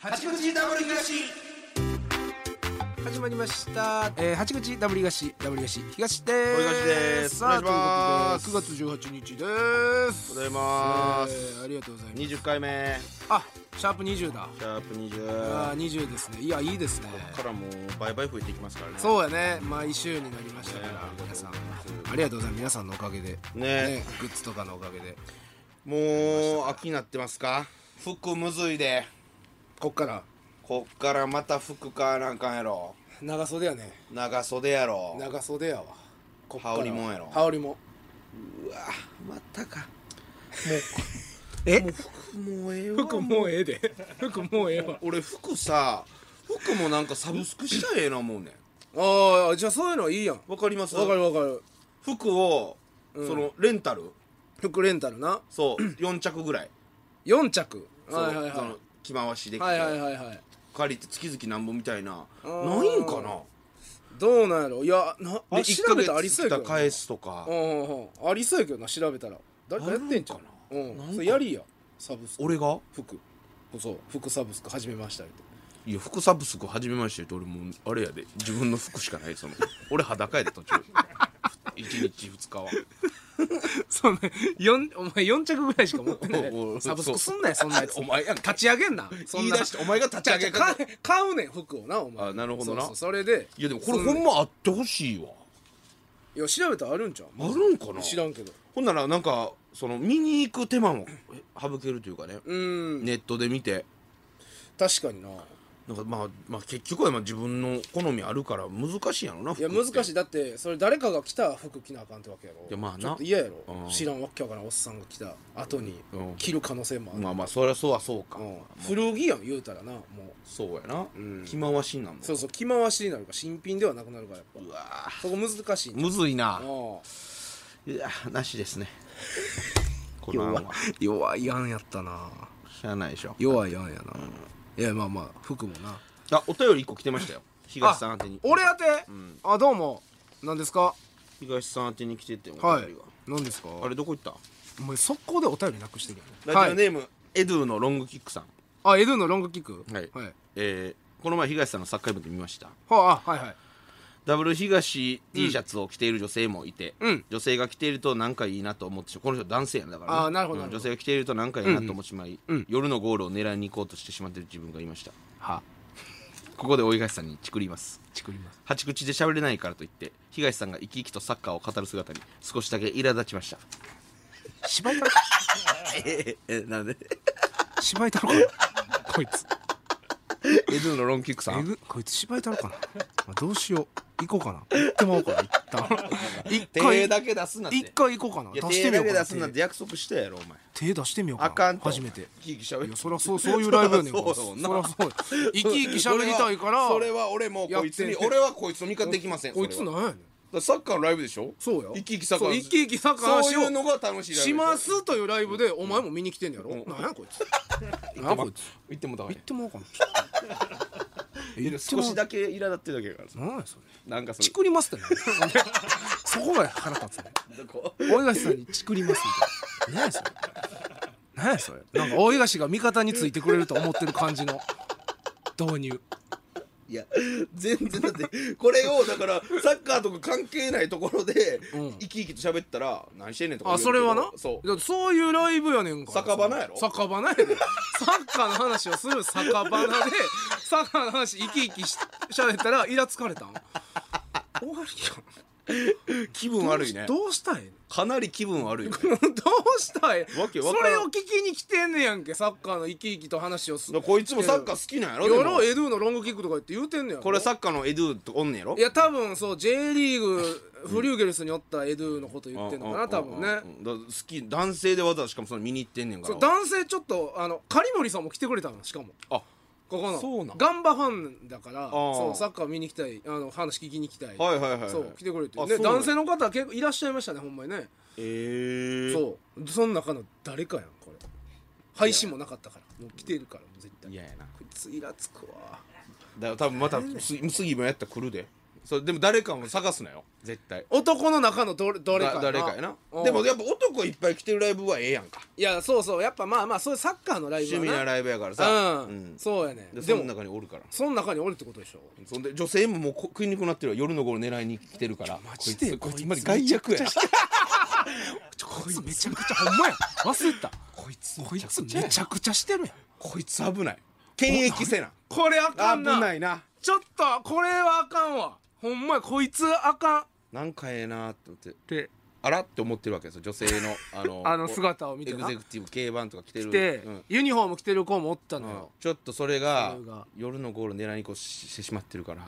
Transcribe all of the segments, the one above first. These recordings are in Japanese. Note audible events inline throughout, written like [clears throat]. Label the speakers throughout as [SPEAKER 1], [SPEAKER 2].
[SPEAKER 1] 八口ダブル東
[SPEAKER 2] 始まりました、えー、八口ダブリガシダブリガシ東で
[SPEAKER 1] 堀東ですす
[SPEAKER 2] さあ
[SPEAKER 1] お願いします
[SPEAKER 2] ということで9月18日です
[SPEAKER 1] おはようございます
[SPEAKER 2] えーありがとうございます
[SPEAKER 1] 20回目
[SPEAKER 2] あシャープ20だ
[SPEAKER 1] シャープ20
[SPEAKER 2] あ
[SPEAKER 1] こ
[SPEAKER 2] 20ですねいやいいですね
[SPEAKER 1] こからもう倍々増えていきますからね
[SPEAKER 2] そうやね毎週になりましたから、
[SPEAKER 1] ねありがとうご
[SPEAKER 2] 皆
[SPEAKER 1] ざい
[SPEAKER 2] さん
[SPEAKER 1] ます
[SPEAKER 2] ありがとうございます皆さんのおかげで
[SPEAKER 1] ね
[SPEAKER 2] グッズとかのおかげで
[SPEAKER 1] もう秋になってますか服むずいで
[SPEAKER 2] こっから
[SPEAKER 1] こっからまた服買わなあかんやろ
[SPEAKER 2] 長袖やね
[SPEAKER 1] 長袖やろ
[SPEAKER 2] 長袖やわこっから
[SPEAKER 1] 羽織もんやろ
[SPEAKER 2] 羽織もん
[SPEAKER 1] うわまたか
[SPEAKER 2] え
[SPEAKER 1] もう服もうええわ
[SPEAKER 2] 服もうええで [laughs] 服もうええわ
[SPEAKER 1] 俺服さ服もなんかサブスクしたらええな思うねん
[SPEAKER 2] ああじゃあそういうのいいやんわ
[SPEAKER 1] わかります
[SPEAKER 2] かるわかる
[SPEAKER 1] 服を、そのレンタル
[SPEAKER 2] 服レンタルな
[SPEAKER 1] そう4
[SPEAKER 2] [clears throat]
[SPEAKER 1] 着ぐらい
[SPEAKER 2] 4着
[SPEAKER 1] そう
[SPEAKER 2] はいはい
[SPEAKER 1] そ
[SPEAKER 2] は
[SPEAKER 1] の着回しで
[SPEAKER 2] い
[SPEAKER 1] きて、
[SPEAKER 2] はいはいはいはい
[SPEAKER 1] 借りて月々なんぼみたいな
[SPEAKER 2] ー
[SPEAKER 1] ないんかな
[SPEAKER 2] どうなんやろいやなあ
[SPEAKER 1] で
[SPEAKER 2] 調べたらありそう
[SPEAKER 1] 1
[SPEAKER 2] やけど
[SPEAKER 1] ヶ月返すとか
[SPEAKER 2] うんうんうんありそうやけどな調べたら誰かやってんじゃん
[SPEAKER 1] あ
[SPEAKER 2] う
[SPEAKER 1] るんかなんなんか
[SPEAKER 2] それやりやサブスク
[SPEAKER 1] 俺が
[SPEAKER 2] 服そう服サブスク始めましたよ
[SPEAKER 1] いや服サブスク始めましたよって俺もうあれやで自分の服しかない
[SPEAKER 2] [laughs]
[SPEAKER 1] その俺裸やで途中1日2日は
[SPEAKER 2] [laughs] [laughs] そうね4お前4着ぐらいしか持ってない [laughs]
[SPEAKER 1] おうおう
[SPEAKER 2] サブスクすんなよそんなやつ
[SPEAKER 1] [laughs] お前やん
[SPEAKER 2] 立ち上げんなそ
[SPEAKER 1] 言
[SPEAKER 2] ん
[SPEAKER 1] い
[SPEAKER 2] な
[SPEAKER 1] 出してお前が立ち上げ
[SPEAKER 2] か
[SPEAKER 1] か
[SPEAKER 2] 買うねん服をなお前
[SPEAKER 1] あなるほどな
[SPEAKER 2] そうそうそれで
[SPEAKER 1] いやでもこれ
[SPEAKER 2] そ
[SPEAKER 1] ほ
[SPEAKER 2] の
[SPEAKER 1] んまあってほしいわ
[SPEAKER 2] いや調べたらあるんちゃう
[SPEAKER 1] あるんかな
[SPEAKER 2] 知らんけど
[SPEAKER 1] ほんならなんかその見に行く手間もえ省けるというかね
[SPEAKER 2] うん
[SPEAKER 1] ネットで見て
[SPEAKER 2] 確かにな
[SPEAKER 1] なんかまあまあ結局はまあ自分の好みあるから難しいやろない
[SPEAKER 2] いや難しいだってそれ誰かが着た服着なあかんってわけやろ
[SPEAKER 1] いやまあな
[SPEAKER 2] ちょっと嫌やろ、
[SPEAKER 1] うん
[SPEAKER 2] 知らんわけわからんおっさんが着た後に
[SPEAKER 1] うん
[SPEAKER 2] 着る可能性もある、
[SPEAKER 1] まあまあそりゃそうはそうか、
[SPEAKER 2] うん
[SPEAKER 1] まあ
[SPEAKER 2] 古着やん言うたらなもう
[SPEAKER 1] そうやな、
[SPEAKER 2] ん
[SPEAKER 1] 着回しになんの
[SPEAKER 2] そうそう着回しになるから新品ではなくなるからやっぱ
[SPEAKER 1] うわ
[SPEAKER 2] そこ難しいね
[SPEAKER 1] むずいな
[SPEAKER 2] ああ
[SPEAKER 1] いやなし [laughs] ですねこんなん
[SPEAKER 2] 弱い
[SPEAKER 1] は
[SPEAKER 2] 弱いやんやったな
[SPEAKER 1] しゃあないでしょ
[SPEAKER 2] 弱いやんやな、いやまあまあ服もな
[SPEAKER 1] あお便り一個来てましたよ東さん宛てに
[SPEAKER 2] 俺宛て、あどうも何ですか
[SPEAKER 1] 東さん宛てに来ててお便りが、
[SPEAKER 2] はい何ですか
[SPEAKER 1] あれどこ行った
[SPEAKER 2] お前速攻でお便りなくしてるやん
[SPEAKER 1] ラジオ
[SPEAKER 2] はい、
[SPEAKER 1] ネーム、エドゥのロングキックさん
[SPEAKER 2] あエドゥのロングキック
[SPEAKER 1] はい
[SPEAKER 2] はい、
[SPEAKER 1] えーこの前東さんのサッカーイベント見ました
[SPEAKER 2] はあ、はいはい
[SPEAKER 1] ダブル東 T シャツを着ている女性もいて、
[SPEAKER 2] うん
[SPEAKER 1] 女性が着ているとなんかいいなと思ってしまうこの人男性やんだから、
[SPEAKER 2] あーなるほど
[SPEAKER 1] う
[SPEAKER 2] な
[SPEAKER 1] ん
[SPEAKER 2] るほど
[SPEAKER 1] 女性が着ているとなんかいいなと思ってしまい、
[SPEAKER 2] うんうん
[SPEAKER 1] 夜のゴールを狙いに行こうとしてしまっている自分がいました
[SPEAKER 2] は
[SPEAKER 1] ここで大東さんにチクります
[SPEAKER 2] ちくります
[SPEAKER 1] 八口で喋れないからといって東さんが生き生きとサッカーを語る姿に少しだけ苛立ちました
[SPEAKER 2] 芝居 [laughs] 太郎
[SPEAKER 1] ええなんで
[SPEAKER 2] 芝居太郎かなこいつ
[SPEAKER 1] エドゥのロンキックさ
[SPEAKER 2] え
[SPEAKER 1] ん
[SPEAKER 2] ぐこいつ芝居太郎かな [laughs] まあどうしよう行こうかな行ってもらおうかな
[SPEAKER 1] [laughs]
[SPEAKER 2] 一旦一回
[SPEAKER 1] け出すな
[SPEAKER 2] 一回行こうかな
[SPEAKER 1] や
[SPEAKER 2] 出してみよう
[SPEAKER 1] 手
[SPEAKER 2] かな
[SPEAKER 1] だけ出すな
[SPEAKER 2] 手
[SPEAKER 1] って約束したやろお前
[SPEAKER 2] 手出してみようかな
[SPEAKER 1] あかんと
[SPEAKER 2] 初め
[SPEAKER 1] [laughs]
[SPEAKER 2] て
[SPEAKER 1] 生き生き喋
[SPEAKER 2] い
[SPEAKER 1] る
[SPEAKER 2] やそりゃそうそういうライブやねんから
[SPEAKER 1] そ
[SPEAKER 2] そ
[SPEAKER 1] り
[SPEAKER 2] り
[SPEAKER 1] ゃ
[SPEAKER 2] ゃ
[SPEAKER 1] そう
[SPEAKER 2] そう
[SPEAKER 1] や
[SPEAKER 2] 生き生き喋りたいから
[SPEAKER 1] それは俺もうこいつ
[SPEAKER 2] や
[SPEAKER 1] に
[SPEAKER 2] ってんねん
[SPEAKER 1] 俺はこいつの味方できません
[SPEAKER 2] こいつ
[SPEAKER 1] それは
[SPEAKER 2] なんやねん
[SPEAKER 1] だからサッカーのライブでしょ
[SPEAKER 2] そうよ
[SPEAKER 1] 生き生きサッカー
[SPEAKER 2] そう生き生きサッカー
[SPEAKER 1] そういうのが楽しいライブでょ
[SPEAKER 2] しますというライブでお前も見に来てんねやろ、なんやこい
[SPEAKER 1] [laughs]
[SPEAKER 2] つなんやこいつ
[SPEAKER 1] 言ってもだめ
[SPEAKER 2] 行ってもらおうかな
[SPEAKER 1] 少しだけ苛立ってるだけだからさ
[SPEAKER 2] 何やそれ
[SPEAKER 1] なんかそ
[SPEAKER 2] チクりますってね [laughs] そこが腹立つね
[SPEAKER 1] のこう
[SPEAKER 2] 大東さんにチクりますみたいな何やそれ何やそれなんか大東が味方についてくれると思ってる感じの導入
[SPEAKER 1] いや全然だってこれをだからサッカーとか関係ないところで
[SPEAKER 2] うん
[SPEAKER 1] 生き生きと喋ったら何してんねんとか
[SPEAKER 2] あ
[SPEAKER 1] 言う
[SPEAKER 2] そ
[SPEAKER 1] け
[SPEAKER 2] れ
[SPEAKER 1] ど
[SPEAKER 2] はな
[SPEAKER 1] そう
[SPEAKER 2] だってそういうライブやねんから
[SPEAKER 1] 酒場なやろ
[SPEAKER 2] 酒場なやでサッカーの話をする酒場
[SPEAKER 1] [laughs]
[SPEAKER 2] なでサッカーの話生き生きししゃべったらイラつかれたん終わ
[SPEAKER 1] 気分
[SPEAKER 2] りやん
[SPEAKER 1] 悪いね
[SPEAKER 2] どうした
[SPEAKER 1] [laughs]
[SPEAKER 2] い
[SPEAKER 1] かなり気分悪いね
[SPEAKER 2] どうしたい
[SPEAKER 1] わけわ
[SPEAKER 2] そ
[SPEAKER 1] からん
[SPEAKER 2] れを聞きに来てんねやんけサッカーの生き生きと話をする
[SPEAKER 1] こいつもサッカー好きなんやろで
[SPEAKER 2] 夜
[SPEAKER 1] も
[SPEAKER 2] エドゥのロングキックとか言って言うてんねやろ
[SPEAKER 1] これサッカーのエドゥとおんねやろ
[SPEAKER 2] いや多分そう J リーグフリューゲルスにおったエドゥのこと言ってんのかな多分ね
[SPEAKER 1] うんだから好き男性でわざわざしかもその見に行ってんねんか
[SPEAKER 2] そう
[SPEAKER 1] ら
[SPEAKER 2] 男性ちょっとあの狩森さんも来てくれたのしかも
[SPEAKER 1] あ
[SPEAKER 2] ここの
[SPEAKER 1] そうなん
[SPEAKER 2] ガンバファンだから
[SPEAKER 1] ー
[SPEAKER 2] そうサッカー見に行きたいあの話聞きに行きたい、
[SPEAKER 1] はいはいはいはい
[SPEAKER 2] そう来てくれて
[SPEAKER 1] あ
[SPEAKER 2] ね
[SPEAKER 1] そうなんや
[SPEAKER 2] 男性の方は結構いらっしゃいましたねほんまにね
[SPEAKER 1] えー
[SPEAKER 2] そうその中の誰かやんこれ配信もなかったからもう来てるからもう絶対
[SPEAKER 1] 嫌やな
[SPEAKER 2] こいつイラつくわ
[SPEAKER 1] だから多分またす杉もやったら来るでそうでも誰かを探すなよ絶対
[SPEAKER 2] 男の中のどれどれか
[SPEAKER 1] だ誰かやな
[SPEAKER 2] うん
[SPEAKER 1] でもやっぱ男いっぱい来てるライブはええやんか
[SPEAKER 2] いやそうそうやっぱまあまあそういうサッカーのライブ
[SPEAKER 1] 趣
[SPEAKER 2] は
[SPEAKER 1] 味なライブやからさ
[SPEAKER 2] うん、
[SPEAKER 1] うん
[SPEAKER 2] そうやね
[SPEAKER 1] で
[SPEAKER 2] で
[SPEAKER 1] そ
[SPEAKER 2] も
[SPEAKER 1] の中におるから
[SPEAKER 2] その中におるってことでしょ
[SPEAKER 1] そんで女性ももうこ食いにくくなってるわ夜の頃狙いに来てるから
[SPEAKER 2] マジで
[SPEAKER 1] こいつこ
[SPEAKER 2] こ
[SPEAKER 1] い
[SPEAKER 2] い
[SPEAKER 1] つ
[SPEAKER 2] つ
[SPEAKER 1] まで外着や
[SPEAKER 2] ちょこいつめちゃくちゃほんまや忘れた
[SPEAKER 1] こいつ
[SPEAKER 2] こいつめちゃくちゃしてるやん
[SPEAKER 1] こいつ危ない検疫せな
[SPEAKER 2] これあか
[SPEAKER 1] 危
[SPEAKER 2] んな
[SPEAKER 1] ないな
[SPEAKER 2] ちょっとこれはあかんわほんまやこいつあかんっ
[SPEAKER 1] なんかええなって思って
[SPEAKER 2] て
[SPEAKER 1] あらって思ってるわけですよ女性のあの
[SPEAKER 2] [laughs] あの姿を見て
[SPEAKER 1] エグ
[SPEAKER 2] な
[SPEAKER 1] ゼクティブ系番とか着てる
[SPEAKER 2] で、
[SPEAKER 1] うん
[SPEAKER 2] ユニフォーム着てる子もおったの
[SPEAKER 1] うん
[SPEAKER 2] よ、
[SPEAKER 1] ちょっとそれが
[SPEAKER 2] それが
[SPEAKER 1] 夜のゴール狙いにこうししてしまってるから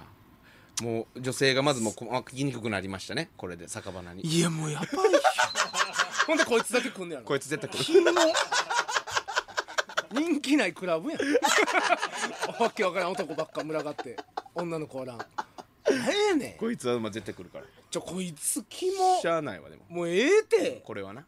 [SPEAKER 1] もう女性がまずもうこあ聞きにくくなりましたねこれで酒場に
[SPEAKER 2] いやもうやばいよ [laughs] ほんでこいつだけ来んねやろ
[SPEAKER 1] こいつ絶対来る
[SPEAKER 2] 金 [laughs] も人気ないクラブやん [laughs] わけわからん男ばっか群がって女の子おらん何やねん
[SPEAKER 1] こいつはまあ絶対来るから
[SPEAKER 2] ちょこいつキモ
[SPEAKER 1] しゃあないわでも
[SPEAKER 2] もうええて
[SPEAKER 1] これはな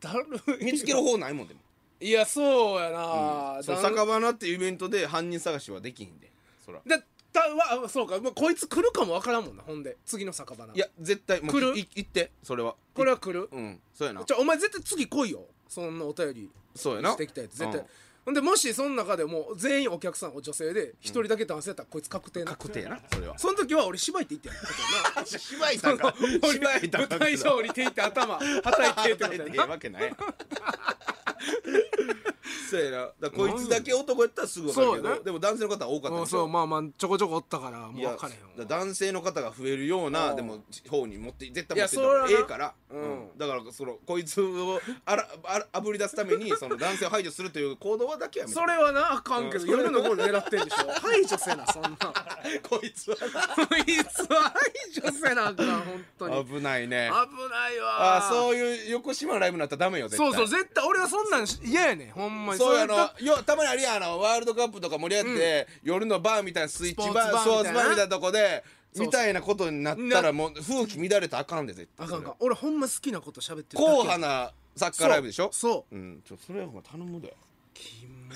[SPEAKER 2] だるい
[SPEAKER 1] 見つける方ないもん
[SPEAKER 2] [laughs]
[SPEAKER 1] でも
[SPEAKER 2] いやそうやな、
[SPEAKER 1] そう
[SPEAKER 2] だん
[SPEAKER 1] 酒場なっていうイベントで犯人探しはできひんでそら
[SPEAKER 2] でだわそうかもうこいつ来るかもわからんもんなほんで次の酒場ない
[SPEAKER 1] や絶対もう
[SPEAKER 2] 来る
[SPEAKER 1] い行ってそれは
[SPEAKER 2] これは来る
[SPEAKER 1] うんそうやな
[SPEAKER 2] ちょお前絶対次来いよそんなお便り
[SPEAKER 1] そうやな
[SPEAKER 2] してきたやつ絶対、
[SPEAKER 1] うん
[SPEAKER 2] ほんでもしその中でもう全員お客さんお女性で一人だけ男性やったらこいつ確定な、
[SPEAKER 1] 確定やなそれは
[SPEAKER 2] その時は俺芝居って言ってやることやな
[SPEAKER 1] 芝居たから芝居た
[SPEAKER 2] 舞台上降りていって頭叩いてってことやな
[SPEAKER 1] わけないやん [laughs] そうやなだからこいつだけ男やったらすぐ分かるけ
[SPEAKER 2] そうや
[SPEAKER 1] ど
[SPEAKER 2] な
[SPEAKER 1] でも男性の方は多かった
[SPEAKER 2] う
[SPEAKER 1] で
[SPEAKER 2] ん
[SPEAKER 1] し
[SPEAKER 2] そう
[SPEAKER 1] ょ
[SPEAKER 2] まあまあちょこちょこおったからも
[SPEAKER 1] いう
[SPEAKER 2] 分
[SPEAKER 1] や
[SPEAKER 2] からへん
[SPEAKER 1] だから男性の方が増えるような
[SPEAKER 2] うん
[SPEAKER 1] でも方に持って絶対
[SPEAKER 2] い
[SPEAKER 1] 持
[SPEAKER 2] や
[SPEAKER 1] ってた方が
[SPEAKER 2] そ
[SPEAKER 1] え
[SPEAKER 2] れは
[SPEAKER 1] え
[SPEAKER 2] な
[SPEAKER 1] から
[SPEAKER 2] うん
[SPEAKER 1] うんだからそのこいつをあらあらあぶり出すため
[SPEAKER 2] [laughs]
[SPEAKER 1] にその男性を排除するという行動はだけはやめて
[SPEAKER 2] それはなあかんけど、
[SPEAKER 1] うん
[SPEAKER 2] 夜のゴール狙ってんでしょ排除せなそんな
[SPEAKER 1] [laughs]
[SPEAKER 2] こ
[SPEAKER 1] こいつはい
[SPEAKER 2] つは排除せなあかん本当に危
[SPEAKER 1] 危ないね
[SPEAKER 2] ないわ
[SPEAKER 1] ああそういう横島ライブになったらダメよ絶
[SPEAKER 2] そ
[SPEAKER 1] 対
[SPEAKER 2] うそう絶対俺はそんなんし嫌やねんほんまに
[SPEAKER 1] そうや
[SPEAKER 2] れだ
[SPEAKER 1] ろよたまにあるやんあのワールドカップとか盛り上がって、夜のバーみたいなスイッチバー
[SPEAKER 2] スポ
[SPEAKER 1] スポ
[SPEAKER 2] ーツバーみ
[SPEAKER 1] ー
[SPEAKER 2] たいな
[SPEAKER 1] ツバーみたいなとこで
[SPEAKER 2] そう
[SPEAKER 1] みたいなことになったらもう風紀乱れたらあかんで絶
[SPEAKER 2] あ
[SPEAKER 1] 対
[SPEAKER 2] かんあかん俺ほんま好きなこと喋って
[SPEAKER 1] 硬派なサッカーライブでしょ
[SPEAKER 2] そう
[SPEAKER 1] う、ん、ちょそれはお前頼むで
[SPEAKER 2] キモ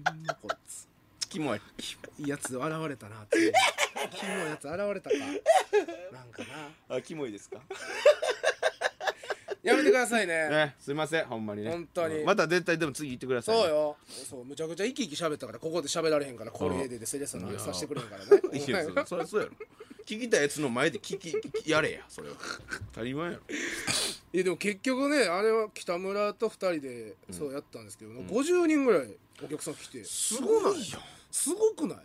[SPEAKER 2] キモこいつ
[SPEAKER 1] キモい
[SPEAKER 2] キモいやつ現れたなっていうキモいやつ現れたかなんかな
[SPEAKER 1] あキモいですか
[SPEAKER 2] やめてくださいね
[SPEAKER 1] ねすいませんほんまにね
[SPEAKER 2] 本当に
[SPEAKER 1] うんまた絶対でも次行ってくださいね、
[SPEAKER 2] そうよそうむちゃくちゃ生き生き喋ったからここで喋られへんからこれででセレッサの
[SPEAKER 1] い
[SPEAKER 2] 家
[SPEAKER 1] や
[SPEAKER 2] させてくれへんからね
[SPEAKER 1] いや
[SPEAKER 2] [laughs]
[SPEAKER 1] そそりゃそうやろ聞きたいやつの前で聞き聞きやれやそれは当たり前やろ
[SPEAKER 2] いやでも結局ねあれは北村と二人でそうやったんですけど、50人ぐらいお客さん来てす
[SPEAKER 1] いやん
[SPEAKER 2] すごくない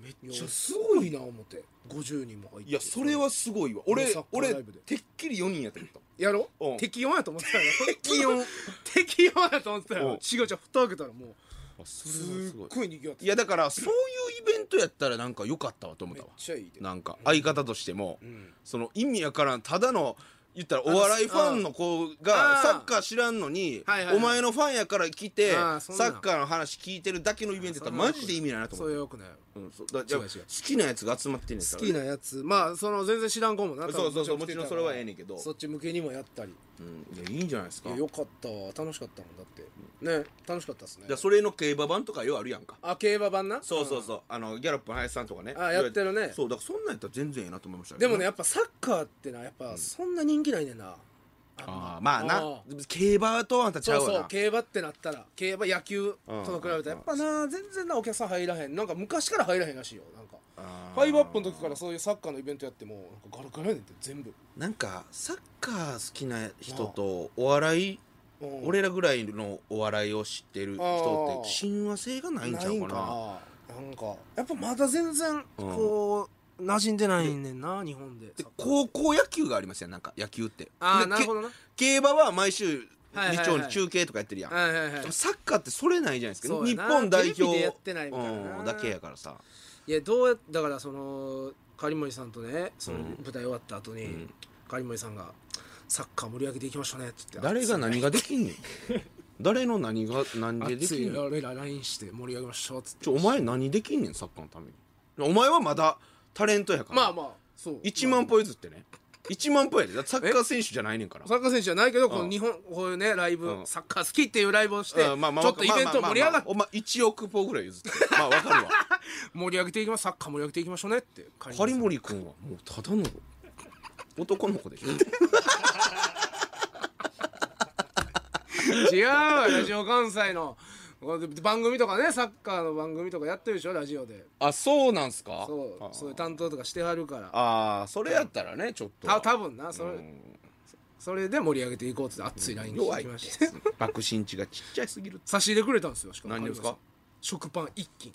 [SPEAKER 2] めっちゃすごいな思って50人も入って
[SPEAKER 1] いやそれはすごいわ俺
[SPEAKER 2] サッカーラ
[SPEAKER 1] 俺
[SPEAKER 2] イブで
[SPEAKER 1] てっきり4人やと思った
[SPEAKER 2] やろ
[SPEAKER 1] うん
[SPEAKER 2] 適温やと思ってたよ
[SPEAKER 1] [laughs]
[SPEAKER 2] 適温適温やと思ってた
[SPEAKER 1] うん
[SPEAKER 2] よ違う違う蓋開けたらも
[SPEAKER 1] あそうれ
[SPEAKER 2] す
[SPEAKER 1] は
[SPEAKER 2] っごい賑わってた
[SPEAKER 1] いやだからそういうイベントやったらなんか良かったわと思っ
[SPEAKER 2] めった
[SPEAKER 1] わ
[SPEAKER 2] ちゃいいで
[SPEAKER 1] なんか相方としても、
[SPEAKER 2] ん
[SPEAKER 1] その意味やからんただの言ったらお笑いファンの子
[SPEAKER 2] あ
[SPEAKER 1] が
[SPEAKER 2] ー
[SPEAKER 1] サッカー知らんのに
[SPEAKER 2] はいはいはい
[SPEAKER 1] お前のファンやから来て
[SPEAKER 2] あー
[SPEAKER 1] サ
[SPEAKER 2] そんなん
[SPEAKER 1] ッカーの話聞いてるだけのイベントやったらマジで意味ないなと
[SPEAKER 2] そ
[SPEAKER 1] 思っ
[SPEAKER 2] れ
[SPEAKER 1] て
[SPEAKER 2] よくない
[SPEAKER 1] うんそうだから
[SPEAKER 2] 違う違う
[SPEAKER 1] 好きなやつが集まってんねんか
[SPEAKER 2] 好
[SPEAKER 1] ら
[SPEAKER 2] きなやつまあその全然知らん子もな
[SPEAKER 1] そうそうそうもちろんそれはええねんけど
[SPEAKER 2] そっち向けにもやったり
[SPEAKER 1] うんいやいいんじゃないですか
[SPEAKER 2] いやよかったわ楽しかったもんだってね楽しかったっすね
[SPEAKER 1] じゃそれの競馬版とかようあるやんか
[SPEAKER 2] あ競馬版な
[SPEAKER 1] そうそうそうあのギャロップの林さんとかね
[SPEAKER 2] あやってるね
[SPEAKER 1] そうだからそんなんやったら全然ええなと思いました
[SPEAKER 2] でもねやっぱサッカーってなやっぱそんな人気ないねんなん
[SPEAKER 1] あ
[SPEAKER 2] ま
[SPEAKER 1] あまあ
[SPEAKER 2] あ
[SPEAKER 1] な競馬とはまたち
[SPEAKER 2] そ
[SPEAKER 1] ゃ
[SPEAKER 2] う
[SPEAKER 1] うわな
[SPEAKER 2] そう競馬ってなったら競馬野球との比べたらやっぱな全然なお客さん入らへんなんか昔から入らへんらしいよなんか
[SPEAKER 1] あー
[SPEAKER 2] ファイブアップの時からそういうサッカーのイベントやってもなんかガラガラやねんって全部
[SPEAKER 1] なんかサッカー好きな人とお笑い
[SPEAKER 2] うん
[SPEAKER 1] 俺らぐらいのお笑いを知ってる人っ
[SPEAKER 2] あ
[SPEAKER 1] て
[SPEAKER 2] ー
[SPEAKER 1] 親和性がないんちゃう
[SPEAKER 2] ないん
[SPEAKER 1] かな
[SPEAKER 2] かなんかやっぱまだ全然こう、馴染んでないねんな日本で
[SPEAKER 1] で高校野球がありますやんなんか野球って
[SPEAKER 2] ああ
[SPEAKER 1] で
[SPEAKER 2] なるほどな
[SPEAKER 1] け競馬は毎週
[SPEAKER 2] はいはいはい
[SPEAKER 1] 日曜に中継とかやってるやん、
[SPEAKER 2] はいはいはい
[SPEAKER 1] でもサッカーってそれないじゃないですか
[SPEAKER 2] そうや
[SPEAKER 1] 日
[SPEAKER 2] な
[SPEAKER 1] 本代
[SPEAKER 2] テレビで
[SPEAKER 1] 表
[SPEAKER 2] やってないみたいな
[SPEAKER 1] うんだけやからさ
[SPEAKER 2] いやどうやだからその狩森さんとねその
[SPEAKER 1] うん
[SPEAKER 2] 舞台終わった後に、
[SPEAKER 1] ん
[SPEAKER 2] 狩森さんが「サッカー盛り上げていきましょうね」って言って
[SPEAKER 1] 誰が何ができんねん [laughs] 誰の何が何でで
[SPEAKER 2] 熱
[SPEAKER 1] き
[SPEAKER 2] い
[SPEAKER 1] んねん
[SPEAKER 2] 俺ら LINE して盛り上げましょうっつって
[SPEAKER 1] ちょお前何できんねんサッカーのためにお前はまだタレントやから
[SPEAKER 2] まあまあそう
[SPEAKER 1] 1万
[SPEAKER 2] まあ
[SPEAKER 1] 歩譲ってね1万歩やでだってサッカー選手じゃないねんから
[SPEAKER 2] サッカー選手じゃないけど、こ
[SPEAKER 1] う
[SPEAKER 2] の
[SPEAKER 1] ん
[SPEAKER 2] 日本こういうねライブ、
[SPEAKER 1] うん
[SPEAKER 2] サッカー好きっていうライブをして、
[SPEAKER 1] うんまあまあ
[SPEAKER 2] ちょっとイベントを盛り上がっ
[SPEAKER 1] まあまあまあまあお前1億歩ぐらい譲ってまあわ [laughs] かるわ
[SPEAKER 2] 盛り上げていきますサッカー盛り上げていきましょうねって借ります
[SPEAKER 1] 張森君はもうただの男の子でしょ
[SPEAKER 2] 違うわラジオ関西のこう番組とかねサッカーの番組とかやってるでしょラジオで
[SPEAKER 1] あそうなんすか
[SPEAKER 2] そうそういう
[SPEAKER 1] あ
[SPEAKER 2] 担当とかしてはるから
[SPEAKER 1] あーそれやったらねちょっと
[SPEAKER 2] た多分なそれ,、
[SPEAKER 1] うん
[SPEAKER 2] それで盛り上げていこうって熱いラインに
[SPEAKER 1] 弱
[SPEAKER 2] して
[SPEAKER 1] い
[SPEAKER 2] きま
[SPEAKER 1] っ
[SPEAKER 2] して
[SPEAKER 1] て爆心地がちっちゃいすぎる
[SPEAKER 2] 差し入れくれたんですよしかも
[SPEAKER 1] 何ですか
[SPEAKER 2] 食パン一斤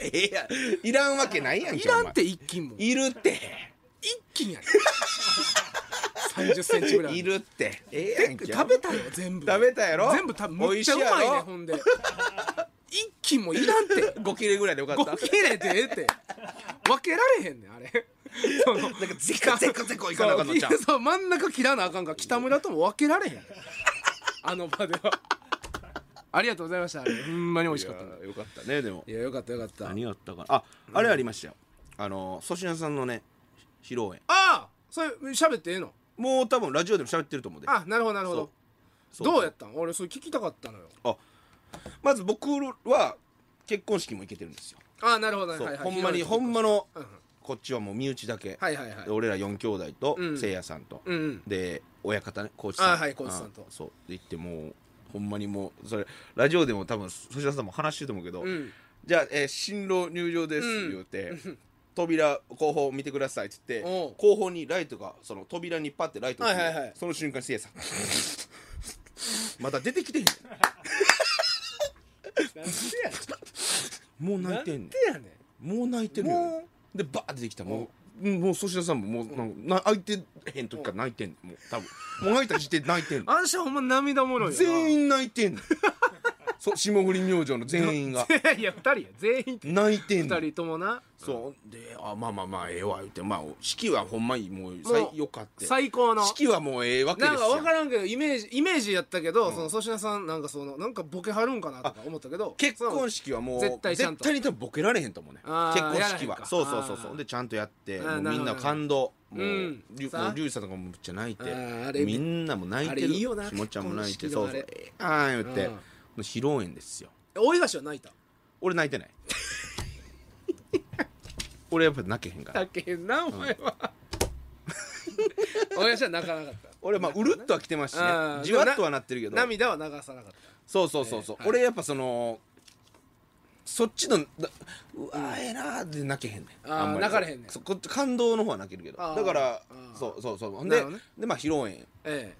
[SPEAKER 1] ええや [laughs] いらんわけないやん
[SPEAKER 2] い
[SPEAKER 1] けお前
[SPEAKER 2] らんって一斤も
[SPEAKER 1] いるって
[SPEAKER 2] 一斤
[SPEAKER 1] [laughs]
[SPEAKER 2] やね三十センチぐらいあ
[SPEAKER 1] いるってええやんけ
[SPEAKER 2] 食べたよ全部
[SPEAKER 1] 食べたやろ
[SPEAKER 2] 全部ためっちゃう
[SPEAKER 1] 美味
[SPEAKER 2] ま
[SPEAKER 1] し
[SPEAKER 2] い
[SPEAKER 1] いや
[SPEAKER 2] ね
[SPEAKER 1] ろ
[SPEAKER 2] ほんで一斤もいらん
[SPEAKER 1] [laughs]
[SPEAKER 2] って
[SPEAKER 1] 5切れぐらいでよかった
[SPEAKER 2] 5切れでええって分けられへんねんあれその
[SPEAKER 1] なんかゼカゼカゼカいかなあかんのちゃう
[SPEAKER 2] そう真ん中切らなあかんから北村とも分けられへんあの場ではありがとうございましたあれほんまに美味しかったんだ
[SPEAKER 1] いやよかったねでも
[SPEAKER 2] いやよかったよかったあ
[SPEAKER 1] 何やったかなああれありましたよあの粗品さんのね披露宴
[SPEAKER 2] あそれ喋ってええの
[SPEAKER 1] もう多分ラジオでも喋ってると思うで
[SPEAKER 2] あなるほどなるほど
[SPEAKER 1] そ
[SPEAKER 2] どうやったん俺それ聞きたかったのよ
[SPEAKER 1] まず僕は結婚式も行けてるんですよ
[SPEAKER 2] ああなるほどね
[SPEAKER 1] そう
[SPEAKER 2] はいはい
[SPEAKER 1] ほんまに
[SPEAKER 2] 広
[SPEAKER 1] ほ
[SPEAKER 2] い
[SPEAKER 1] んまの
[SPEAKER 2] うんうん
[SPEAKER 1] こっちはもう身内だけ
[SPEAKER 2] はいはいはい
[SPEAKER 1] で俺ら4兄弟と
[SPEAKER 2] うん
[SPEAKER 1] せいやさんと
[SPEAKER 2] うん
[SPEAKER 1] [laughs]
[SPEAKER 2] うん
[SPEAKER 1] で親方ねコーチさん
[SPEAKER 2] あはいコーチさんと
[SPEAKER 1] あそうで行ってもうほんまにもうそれラジオでも多分粗品さんも話してると思うけど、
[SPEAKER 2] うん
[SPEAKER 1] じゃあ、えー新郎入場です」
[SPEAKER 2] うん
[SPEAKER 1] 言うて、扉後方見てください」っつって
[SPEAKER 2] おう
[SPEAKER 1] 後方にライトがその扉にパッてライトが来て、
[SPEAKER 2] はいはいはい
[SPEAKER 1] その瞬間せいやさん [laughs] また出てきてへんもう泣いてんねん
[SPEAKER 2] でやね
[SPEAKER 1] もう泣いてるよ
[SPEAKER 2] も
[SPEAKER 1] でバーって出てきたもううんもう粗品さんももうなんかな泣いてへん時から泣いてんねんもう多分もう泣いた時点で泣いてんねん
[SPEAKER 2] んあんしゃほんま涙もろいよな
[SPEAKER 1] 全員泣いてんねんそう霜降り明星の全員が
[SPEAKER 2] [laughs] いや二人や全員
[SPEAKER 1] 泣いてんね
[SPEAKER 2] 二
[SPEAKER 1] ん
[SPEAKER 2] 人ともな
[SPEAKER 1] そうであまあまあまあええわ言ってまあ式はほんまにもう最
[SPEAKER 2] もう
[SPEAKER 1] よかって
[SPEAKER 2] 最高の
[SPEAKER 1] 式はもうええわけです
[SPEAKER 2] なん
[SPEAKER 1] よ
[SPEAKER 2] か分からんけどイメージイメージやったけど、その粗品さんなんかそのなんかボケはるんかなとか思ったけど
[SPEAKER 1] 結婚
[SPEAKER 2] し
[SPEAKER 1] 式はもう
[SPEAKER 2] 絶
[SPEAKER 1] 絶対
[SPEAKER 2] 対ちゃんと
[SPEAKER 1] に多分ボケられへんと思うね結
[SPEAKER 2] あー
[SPEAKER 1] 婚式
[SPEAKER 2] やらへん
[SPEAKER 1] は
[SPEAKER 2] か
[SPEAKER 1] そうそうそう
[SPEAKER 2] あ
[SPEAKER 1] そう
[SPEAKER 2] ー
[SPEAKER 1] でちゃんとやって
[SPEAKER 2] あー
[SPEAKER 1] もう
[SPEAKER 2] なる
[SPEAKER 1] み
[SPEAKER 2] ほ
[SPEAKER 1] ん
[SPEAKER 2] ど
[SPEAKER 1] な感動もう
[SPEAKER 2] うん
[SPEAKER 1] りゅ
[SPEAKER 2] さあ
[SPEAKER 1] もうリュウジさんとかもめっちゃ泣いて
[SPEAKER 2] あーあれ
[SPEAKER 1] みんなも泣いて
[SPEAKER 2] あ
[SPEAKER 1] る
[SPEAKER 2] れいいよな
[SPEAKER 1] しもちゃんも泣いて
[SPEAKER 2] 結婚
[SPEAKER 1] そ
[SPEAKER 2] 式のあ
[SPEAKER 1] うそう
[SPEAKER 2] れ
[SPEAKER 1] ええあー言って
[SPEAKER 2] うん
[SPEAKER 1] もう披露宴ですよ
[SPEAKER 2] 大東は泣いた
[SPEAKER 1] 俺泣いてない [laughs] 俺やっぱ泣けへんから
[SPEAKER 2] だけんなお前は、 [laughs] 大東は泣かなかった
[SPEAKER 1] 俺まあうるっとは来てますしね
[SPEAKER 2] あー
[SPEAKER 1] じわっとはなってるけど
[SPEAKER 2] 涙は流さなかっ
[SPEAKER 1] そうそうそうそう、
[SPEAKER 2] えーはい
[SPEAKER 1] 俺やっぱそのそっちのなうわーええなーって泣けへんねん
[SPEAKER 2] あー
[SPEAKER 1] ん
[SPEAKER 2] 泣かれへんねん
[SPEAKER 1] そこ感動の方は泣けるけど
[SPEAKER 2] あー
[SPEAKER 1] だから
[SPEAKER 2] あー
[SPEAKER 1] そうそうそうほん
[SPEAKER 2] な
[SPEAKER 1] で,、
[SPEAKER 2] るほどね
[SPEAKER 1] でまあ披露宴
[SPEAKER 2] たえ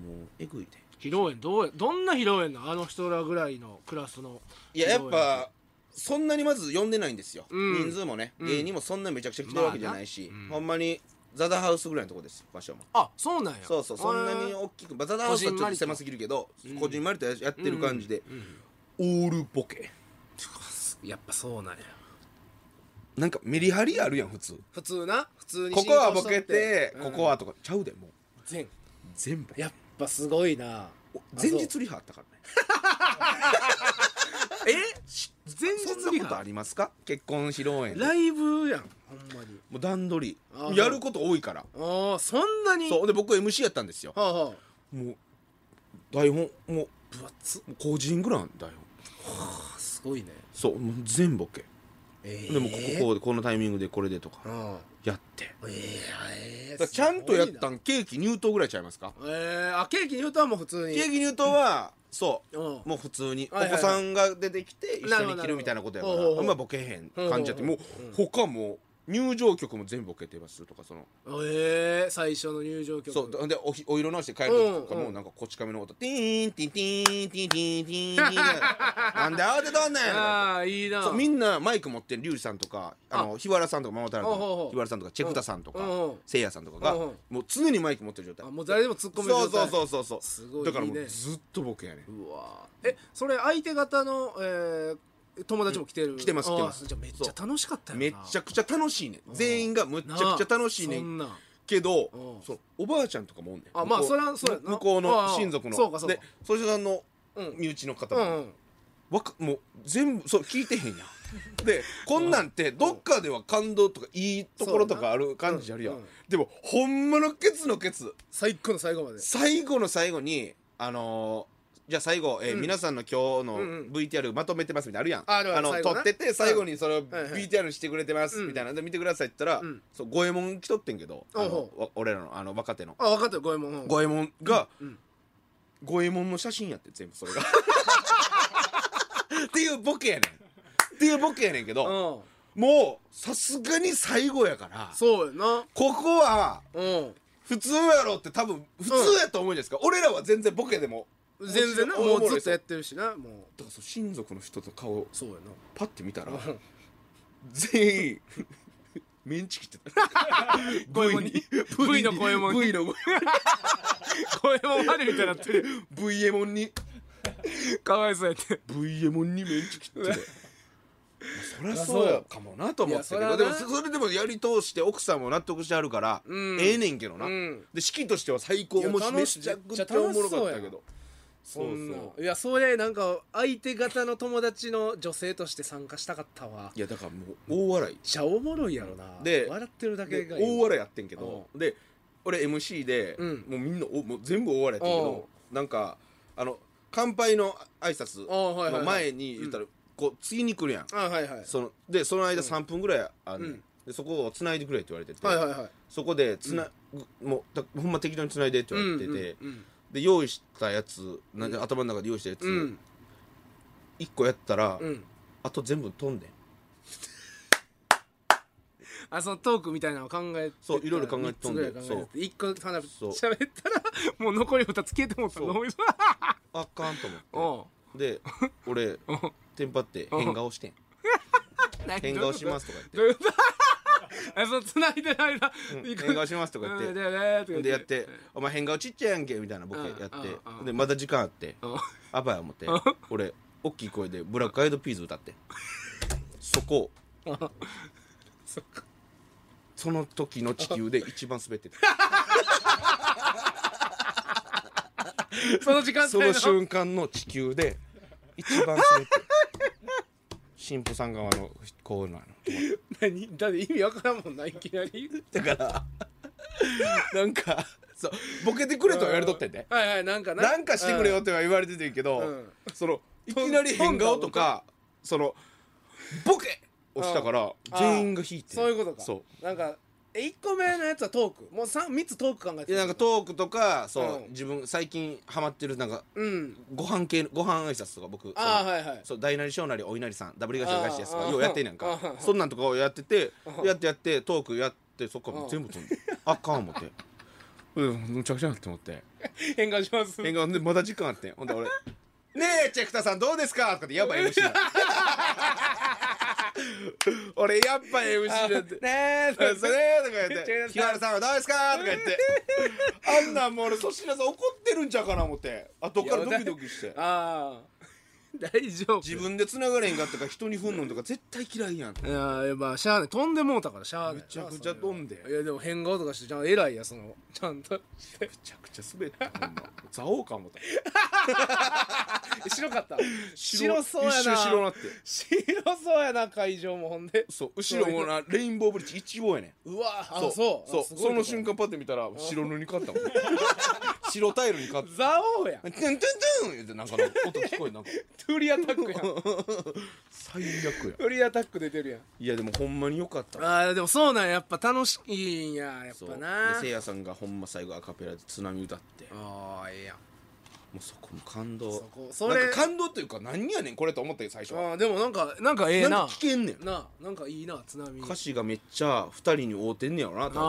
[SPEAKER 2] え
[SPEAKER 1] もうえぐいで
[SPEAKER 2] 披露宴どうやどんな披露宴なのあの人らぐらいのクラスの
[SPEAKER 1] いややっ
[SPEAKER 2] 披露宴
[SPEAKER 1] ぱそんなにまず呼んでないんですよ、
[SPEAKER 2] うん
[SPEAKER 1] 人数もね
[SPEAKER 2] うん
[SPEAKER 1] 芸人もそんなめちゃくちゃ来てるわけじゃないし、
[SPEAKER 2] まあなうん
[SPEAKER 1] ほんまにザザハウスぐらいのとこですよ場所も
[SPEAKER 2] あそうなんや
[SPEAKER 1] そうそうそんなに
[SPEAKER 2] へえ
[SPEAKER 1] 大きく、まあ、ザザハウスはちょっと狭すぎるけど
[SPEAKER 2] ん
[SPEAKER 1] こじんまりとややってる感じで、
[SPEAKER 2] うん
[SPEAKER 1] オールボケ
[SPEAKER 2] やっぱそうなんや
[SPEAKER 1] なんかメリハリあるやん普通
[SPEAKER 2] 普通な普通に
[SPEAKER 1] こ
[SPEAKER 2] 進
[SPEAKER 1] こ
[SPEAKER 2] 行
[SPEAKER 1] は
[SPEAKER 2] しと
[SPEAKER 1] ボ
[SPEAKER 2] って
[SPEAKER 1] ケて、ここはとかちゃうでもう
[SPEAKER 2] うん全
[SPEAKER 1] 全部
[SPEAKER 2] やっぱすごいな
[SPEAKER 1] 前日リハあったからね
[SPEAKER 2] [laughs] え前
[SPEAKER 1] そんなことありますか結婚披露宴
[SPEAKER 2] ライブやんほんまに
[SPEAKER 1] もう段取
[SPEAKER 2] あー
[SPEAKER 1] りやること多いから
[SPEAKER 2] ああそんなに
[SPEAKER 1] そうで僕 MC やったんですよ
[SPEAKER 2] はあはあ
[SPEAKER 1] もう台本もう
[SPEAKER 2] 分厚
[SPEAKER 1] もう個人ぐらいあん台本
[SPEAKER 2] すごいね
[SPEAKER 1] そうもう全ボケ
[SPEAKER 2] ええ
[SPEAKER 1] でもこここうでこのタイミングでこれでとか
[SPEAKER 2] あ
[SPEAKER 1] やって
[SPEAKER 2] あえええ
[SPEAKER 1] だからちゃんとやった
[SPEAKER 2] ん
[SPEAKER 1] んケーキ入刀ぐらいちゃいますか
[SPEAKER 2] ええあケーキに言うとはもう普通に
[SPEAKER 1] ケーキ入刀はそう
[SPEAKER 2] うん
[SPEAKER 1] もう普通にお
[SPEAKER 2] はいはいはい
[SPEAKER 1] 子さんが出てきて一
[SPEAKER 2] なる
[SPEAKER 1] 緒
[SPEAKER 2] ほど
[SPEAKER 1] に着るみたいなことやか
[SPEAKER 2] ほうほうほ
[SPEAKER 1] ら
[SPEAKER 2] う
[SPEAKER 1] まあボケへん感じやって
[SPEAKER 2] ほ
[SPEAKER 1] も
[SPEAKER 2] う
[SPEAKER 1] う
[SPEAKER 2] ほうほう
[SPEAKER 1] 他も入場曲も全部ボケてますとかその
[SPEAKER 2] ええ最初の入場曲
[SPEAKER 1] そうほんでおひお色直して帰る時とか
[SPEAKER 2] うんう
[SPEAKER 1] も
[SPEAKER 2] ん
[SPEAKER 1] なんかこち亀の音ティーンティンティーンティンティンティンティンなんで慌てとんねんとか
[SPEAKER 2] ああいいな
[SPEAKER 1] そうみんなマイク持ってるリュウジさんとかあの日原さんとかママタラ
[SPEAKER 2] ほうほうほ
[SPEAKER 1] の
[SPEAKER 2] う
[SPEAKER 1] 日原さんとかチェフタさんとか
[SPEAKER 2] うんうん
[SPEAKER 1] せいやさんとかが
[SPEAKER 2] うんうん
[SPEAKER 1] もう常にマイク持ってる状態
[SPEAKER 2] あもう誰でも突っ込める
[SPEAKER 1] そうそう
[SPEAKER 2] う
[SPEAKER 1] そうそう
[SPEAKER 2] す
[SPEAKER 1] そ
[SPEAKER 2] ご
[SPEAKER 1] う
[SPEAKER 2] い
[SPEAKER 1] だからも
[SPEAKER 2] いいうね
[SPEAKER 1] ずっとボケやねん
[SPEAKER 2] うわえそれ相手方のええ友達も来てる
[SPEAKER 1] 来てます来てます
[SPEAKER 2] ああじゃあめっちゃ楽しかったよな
[SPEAKER 1] めっちゃくちゃ楽しいねん全員がむっちゃくちゃ楽しいね
[SPEAKER 2] そ
[SPEAKER 1] ん
[SPEAKER 2] んな
[SPEAKER 1] け
[SPEAKER 2] う
[SPEAKER 1] ど
[SPEAKER 2] ん
[SPEAKER 1] そうおばあちゃんとかもおんねん
[SPEAKER 2] あまあ
[SPEAKER 1] 向こ
[SPEAKER 2] それはそうやな
[SPEAKER 1] 向こう
[SPEAKER 2] あ
[SPEAKER 1] の
[SPEAKER 2] あ
[SPEAKER 1] 親族の
[SPEAKER 2] そうかそうか
[SPEAKER 1] でそしてあの
[SPEAKER 2] うん
[SPEAKER 1] 身内の方
[SPEAKER 2] う
[SPEAKER 1] も
[SPEAKER 2] んうん [laughs]
[SPEAKER 1] わかもう全部そう聞いてへんやんでこんなんってどっかでは感動とかいいところとかある感じあるやん、
[SPEAKER 2] うんうん
[SPEAKER 1] でもほんまのケツのケツ
[SPEAKER 2] 最高の最後まで
[SPEAKER 1] 最後の最後にあのーじゃあ最後、えー皆さんの今日
[SPEAKER 2] うんう
[SPEAKER 1] の
[SPEAKER 2] ん
[SPEAKER 1] VTR まとめてますみたいなのある
[SPEAKER 2] あ
[SPEAKER 1] やん
[SPEAKER 2] るある
[SPEAKER 1] の
[SPEAKER 2] 最
[SPEAKER 1] 撮
[SPEAKER 2] 後な
[SPEAKER 1] ってて最後にそれを
[SPEAKER 2] はいはい
[SPEAKER 1] VTR してくれてます
[SPEAKER 2] うん
[SPEAKER 1] みたいなで見てくださいって言ったら、
[SPEAKER 2] うん
[SPEAKER 1] そう五右衛門来とってんけどあの
[SPEAKER 2] おう
[SPEAKER 1] わ俺らのあの若手の
[SPEAKER 2] あ分かったよ五右衛門
[SPEAKER 1] 五右衛門が、
[SPEAKER 2] うん
[SPEAKER 1] 五右衛門の写真やって全部それがっていうボケやねんっていうボケやねんけ
[SPEAKER 2] う
[SPEAKER 1] ど、
[SPEAKER 2] ん
[SPEAKER 1] もうさすがに最後やから
[SPEAKER 2] そうやな
[SPEAKER 1] ここは
[SPEAKER 2] うん
[SPEAKER 1] 普通やろって多分普通やと思うじゃないですか、俺らは全然ボケでも
[SPEAKER 2] 全然な
[SPEAKER 1] 面白
[SPEAKER 2] も
[SPEAKER 1] いう
[SPEAKER 2] ずっとやってるしなもう
[SPEAKER 1] だからそう親族の人と顔を
[SPEAKER 2] そうや
[SPEAKER 1] パッて見たら
[SPEAKER 2] な
[SPEAKER 1] 全員メンチ
[SPEAKER 2] [laughs]
[SPEAKER 1] 切ってた
[SPEAKER 2] 五右衛門に
[SPEAKER 1] V に
[SPEAKER 2] V の五右衛門に
[SPEAKER 1] V の
[SPEAKER 2] [laughs]
[SPEAKER 1] 五
[SPEAKER 2] 五右衛門までみたいになってる
[SPEAKER 1] V エモンに
[SPEAKER 2] かわいそうやって
[SPEAKER 1] V エモンにメンチ切ってたそりゃそうやかもなと思ってたけ
[SPEAKER 2] いや
[SPEAKER 1] ど
[SPEAKER 2] そり
[SPEAKER 1] で
[SPEAKER 2] ゃ
[SPEAKER 1] も
[SPEAKER 2] な
[SPEAKER 1] それでもやり通して奥さんも納得してあるから、
[SPEAKER 2] うん
[SPEAKER 1] ええねんけどな、
[SPEAKER 2] うん
[SPEAKER 1] で式としては最高
[SPEAKER 2] いや
[SPEAKER 1] 面白いめ
[SPEAKER 2] 楽し
[SPEAKER 1] ちゃくちゃおもろかったけど
[SPEAKER 2] そんな
[SPEAKER 1] そうそう
[SPEAKER 2] いやそれなんか相手方の友達の女性として参加したかったわ
[SPEAKER 1] いやだからもう大笑い
[SPEAKER 2] じゃあおもろいやろな
[SPEAKER 1] で
[SPEAKER 2] 笑ってるだけが
[SPEAKER 1] で大笑いやってんけどで俺 MC で、
[SPEAKER 2] うん
[SPEAKER 1] もうみんなおもう全部大笑いやってんけどなんかあの乾杯の挨拶
[SPEAKER 2] あはいはいはい
[SPEAKER 1] の前に言ったら、こう次に来るやん
[SPEAKER 2] あはいはい
[SPEAKER 1] そのでその間3分ぐらいあんねん
[SPEAKER 2] うん
[SPEAKER 1] でそこをつないでくれって言われてて、
[SPEAKER 2] はいはいはい
[SPEAKER 1] そこでつな、もうだほんま適当につないでって言われてて、
[SPEAKER 2] うんうん
[SPEAKER 1] で用意したやつなんか頭の中で用意したやつ、
[SPEAKER 2] うん
[SPEAKER 1] 1個やったら、
[SPEAKER 2] うんうん
[SPEAKER 1] あと全部飛んでん
[SPEAKER 2] あそのトークみたいなのを考えて
[SPEAKER 1] そういろいろ考えてたんで
[SPEAKER 2] 3つぐらい考えて一個花火
[SPEAKER 1] そう
[SPEAKER 2] 喋ったらもう残り二つ消えてもった
[SPEAKER 1] そう
[SPEAKER 2] 脳みそ
[SPEAKER 1] あかんと思
[SPEAKER 2] お
[SPEAKER 1] って。で
[SPEAKER 2] [laughs]
[SPEAKER 1] 俺テンパって変顔してん
[SPEAKER 2] う何
[SPEAKER 1] 変顔しますとか
[SPEAKER 2] どういうことあそう繋いでる間
[SPEAKER 1] 言って、
[SPEAKER 2] 一
[SPEAKER 1] うん
[SPEAKER 2] 個
[SPEAKER 1] 変顔しますとか言
[SPEAKER 2] う
[SPEAKER 1] っ
[SPEAKER 2] ん
[SPEAKER 1] て
[SPEAKER 2] でやって
[SPEAKER 1] でやって「お前変顔ちっちゃいやんけ」みたいなボケやっ
[SPEAKER 2] うんう
[SPEAKER 1] て
[SPEAKER 2] ん
[SPEAKER 1] でまだ時間あって
[SPEAKER 2] うん
[SPEAKER 1] アバや思って俺大きい声で「ブラックアイドピーズ」歌ってんそこ
[SPEAKER 2] [laughs] そっか
[SPEAKER 1] その時の地球で一番滑ってた
[SPEAKER 2] [laughs] その時間帯
[SPEAKER 1] その瞬間の地球で一番滑ってた神父さん側のこうなの
[SPEAKER 2] 何だって意味わからんもんないきなり
[SPEAKER 1] だからなんかそうボケてくれとは言われとってんで
[SPEAKER 2] はいはいなんかな
[SPEAKER 1] なんかしてくれよっては言われててんけど、
[SPEAKER 2] うん
[SPEAKER 1] そのいきなり変顔とかそのボケをしたから
[SPEAKER 2] うん
[SPEAKER 1] 全員が引いて
[SPEAKER 2] そういうことか
[SPEAKER 1] そ
[SPEAKER 2] なんかえ1個目のやつはトークもう 3, 三つトーク考え
[SPEAKER 1] う
[SPEAKER 2] て
[SPEAKER 1] いやなんかトークとかそう、
[SPEAKER 2] うん
[SPEAKER 1] 自分最近ハマってるなんか
[SPEAKER 2] うん
[SPEAKER 1] ご飯系のご飯挨拶とか僕
[SPEAKER 2] ああ
[SPEAKER 1] その
[SPEAKER 2] はいはい
[SPEAKER 1] そう大なり小なりお稲荷さんダブリガシお菓子ですと
[SPEAKER 2] あ
[SPEAKER 1] か
[SPEAKER 2] ー
[SPEAKER 1] ようやってんねん
[SPEAKER 2] あ
[SPEAKER 1] か
[SPEAKER 2] ー
[SPEAKER 1] そんなんとかをやってて
[SPEAKER 2] うん
[SPEAKER 1] やってやってトークやってそっからもう全部飛んであかん思って。うん、むちゃくちゃなって思って
[SPEAKER 2] 変顔します
[SPEAKER 1] 変顔でまだ時間あってんほん
[SPEAKER 2] [laughs]
[SPEAKER 1] で俺「ねえチェクタさんどうですか?」とかでやばい MC だ俺やっぱ MC だって
[SPEAKER 2] ねえ
[SPEAKER 1] それとか言っ
[SPEAKER 2] 違いま
[SPEAKER 1] て「
[SPEAKER 2] す
[SPEAKER 1] 木原さんはどうですか?」とか言ってあんなんもう俺粗品さん怒ってるんちゃうかな思ってあどっからドキドキして
[SPEAKER 2] ああ大丈夫
[SPEAKER 1] 自分で繋がれへんかったから人にふんのんとか絶対嫌いやん
[SPEAKER 2] いややっぱしゃあない飛んでもうたからしゃあない
[SPEAKER 1] めちゃくちゃ飛んで
[SPEAKER 2] いやでも変顔とかしてちゃん偉いやそのちゃんと [laughs] して
[SPEAKER 1] めちゃくちゃ滑ったほんま座王か思った
[SPEAKER 2] 白かった白そうやな
[SPEAKER 1] 一瞬白なって
[SPEAKER 2] 白そうやな会場もほんで
[SPEAKER 1] そう後ろもなレインボーブリッジ一号やねん
[SPEAKER 2] うわあそう
[SPEAKER 1] そう
[SPEAKER 2] あすごい
[SPEAKER 1] その
[SPEAKER 2] とこ
[SPEAKER 1] 瞬間パッて見たら白布に勝っ
[SPEAKER 2] [laughs]
[SPEAKER 1] たもん白タイルに勝った
[SPEAKER 2] ザオやん
[SPEAKER 1] トゥントゥントゥンってなんかの音聞こえるなんか
[SPEAKER 2] フリーアタッ
[SPEAKER 1] [laughs]
[SPEAKER 2] クやん
[SPEAKER 1] 最悪や
[SPEAKER 2] フリーアタック出てるやん
[SPEAKER 1] [laughs] いやでもほんまによかった
[SPEAKER 2] あーでもそうなんややっぱ楽しいんややっ
[SPEAKER 1] そう
[SPEAKER 2] ぱ
[SPEAKER 1] で
[SPEAKER 2] な
[SPEAKER 1] せいやさんがほんま最後アカペラで「津波」歌っても
[SPEAKER 2] ああええやん
[SPEAKER 1] うそこも感動
[SPEAKER 2] そこそれ
[SPEAKER 1] なんか感動というか何やねんこれと思ったよ最初
[SPEAKER 2] あーでもなんかなんかええ
[SPEAKER 1] なん
[SPEAKER 2] な
[SPEAKER 1] か聞けんねん
[SPEAKER 2] なあなんかいいな津波
[SPEAKER 1] 歌詞がめっちゃ二人に合うてんねやろな多分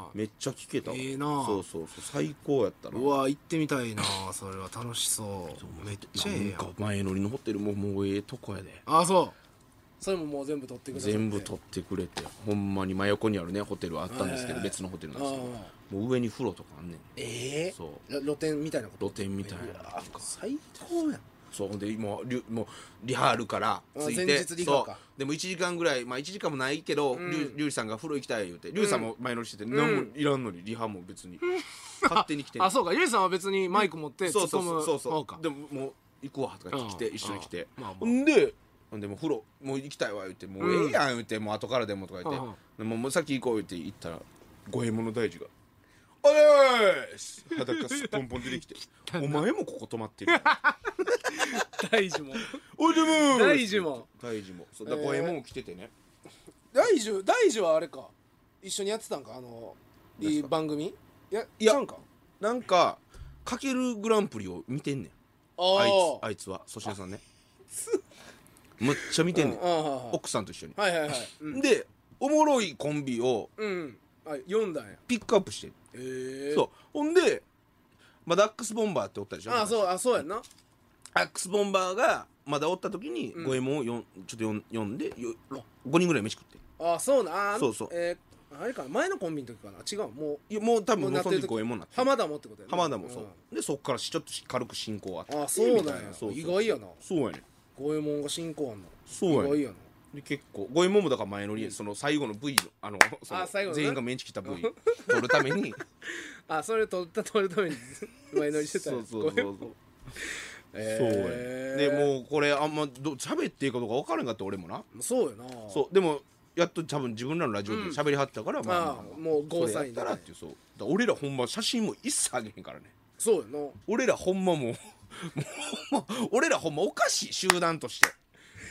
[SPEAKER 2] ああ
[SPEAKER 1] めっちゃ聞けたわ
[SPEAKER 2] ええな
[SPEAKER 1] そうそうそう最高やったな
[SPEAKER 2] うわ行ってみたいなそれは楽しそうめっちゃええや
[SPEAKER 1] なん
[SPEAKER 2] ん
[SPEAKER 1] か前乗りのホテルももうええとこやで
[SPEAKER 2] ああそうそれももう全部取ってください
[SPEAKER 1] 全部取ってくれてほんまに真横にあるねホテルあったんですけど、
[SPEAKER 2] はいはいはい
[SPEAKER 1] 別のホテルなんですけど
[SPEAKER 2] ああ
[SPEAKER 1] もう上に風呂とかあんねん
[SPEAKER 2] ええ
[SPEAKER 1] そう
[SPEAKER 2] ら露店みたいなこと
[SPEAKER 1] 露天みたいな
[SPEAKER 2] うわ最高やん
[SPEAKER 1] そうほんで今リュもうリハールからついて
[SPEAKER 2] 前日リハ
[SPEAKER 1] そう
[SPEAKER 2] か
[SPEAKER 1] でも1時間ぐらいまあ1時間もないけど、
[SPEAKER 2] ん
[SPEAKER 1] リュリュウジさんが風呂行きたい言うてリュウジさんも前乗りしてて、何もいらんのにリハも
[SPEAKER 2] [laughs]
[SPEAKER 1] 別に、勝手に来てんの
[SPEAKER 2] あそうかゆりさんは別にマイク持って
[SPEAKER 1] そ
[SPEAKER 2] 突
[SPEAKER 1] う
[SPEAKER 2] っ
[SPEAKER 1] そ
[SPEAKER 2] 込
[SPEAKER 1] う
[SPEAKER 2] む
[SPEAKER 1] そうそう
[SPEAKER 2] か
[SPEAKER 1] でももう行くわとか来て
[SPEAKER 2] うん
[SPEAKER 1] 一緒に来て
[SPEAKER 2] うんまあまあ
[SPEAKER 1] ほんでほんでもう風呂もう行きたいわ言ってもうええやん言ってもう後からでもとか言って、
[SPEAKER 2] うんうん
[SPEAKER 1] でもうもう先行こう言って行ったら五右衛門の大事が「おいおいおい!」裸すっぽんぽん出てき [laughs] て「お前もここ泊まってるやん
[SPEAKER 2] 大事も
[SPEAKER 1] [laughs] おいでもー
[SPEAKER 2] 大事も
[SPEAKER 1] 大事もそうだから五右衛門来ててね、
[SPEAKER 2] 大樹大樹はあれか一緒にやってたんかあのいい番組いや
[SPEAKER 1] いや
[SPEAKER 2] ちゃうんか
[SPEAKER 1] なんかかけるグランプリを見てんねんあいつあいつは粗品さんねむっちゃ見てんねん
[SPEAKER 2] ああ
[SPEAKER 1] 奥さんと一緒に
[SPEAKER 2] はいはいはいうん
[SPEAKER 1] でおもろいコンビを
[SPEAKER 2] うんあ読んだんや
[SPEAKER 1] ピックアップしてん
[SPEAKER 2] へえ
[SPEAKER 1] そうほんで、まあ、ダックスボンバーっておったでしょ
[SPEAKER 2] ああそうあそうやんな
[SPEAKER 1] ダックスボンバーがまだおった時に
[SPEAKER 2] ん
[SPEAKER 1] 五右衛門をよんちょっとよん呼んでよろ5人ぐらい飯食って
[SPEAKER 2] あそうなあ
[SPEAKER 1] そうそう
[SPEAKER 2] えーあれかな前のコンビの時かな違うもう
[SPEAKER 1] いやもう多
[SPEAKER 2] もう
[SPEAKER 1] 分も
[SPEAKER 2] な
[SPEAKER 1] う
[SPEAKER 2] って
[SPEAKER 1] そ
[SPEAKER 2] る時
[SPEAKER 1] の時五右衛門になってる
[SPEAKER 2] 浜田もってことやな
[SPEAKER 1] 浜田もそう、
[SPEAKER 2] ん
[SPEAKER 1] でそっからしちょっとし軽く進行あって
[SPEAKER 2] あそうなんや
[SPEAKER 1] みたいそうそう
[SPEAKER 2] 意外やな
[SPEAKER 1] そうやね
[SPEAKER 2] 五右衛門が進行あんの
[SPEAKER 1] そうやね
[SPEAKER 2] 意外やな
[SPEAKER 1] で結構五右衛門もだから前乗りでその最後の V のあのその
[SPEAKER 2] あ最後のな
[SPEAKER 1] 全員がメンチ切った
[SPEAKER 2] [laughs]
[SPEAKER 1] V 取るために
[SPEAKER 2] あそれ取った取るため
[SPEAKER 1] [laughs]
[SPEAKER 2] に前乗りしてた
[SPEAKER 1] そうそうそうそうそうや
[SPEAKER 2] え
[SPEAKER 1] ねでもうこれあんまど喋っていいかどうか分からんかった俺もな
[SPEAKER 2] うそうやな
[SPEAKER 1] そうでもやっと多分自分らのラジオで喋りはったから、まあ
[SPEAKER 2] ああ
[SPEAKER 1] まあ
[SPEAKER 2] もうゴー
[SPEAKER 1] そ
[SPEAKER 2] サイ
[SPEAKER 1] れや
[SPEAKER 2] ン
[SPEAKER 1] っ
[SPEAKER 2] だ
[SPEAKER 1] た
[SPEAKER 2] ね
[SPEAKER 1] らっていうそうだから俺らほんま写真も一切あげへんからね
[SPEAKER 2] そうやな
[SPEAKER 1] 俺らほんまもう [laughs] もうほんま俺らほんまおかしい集団として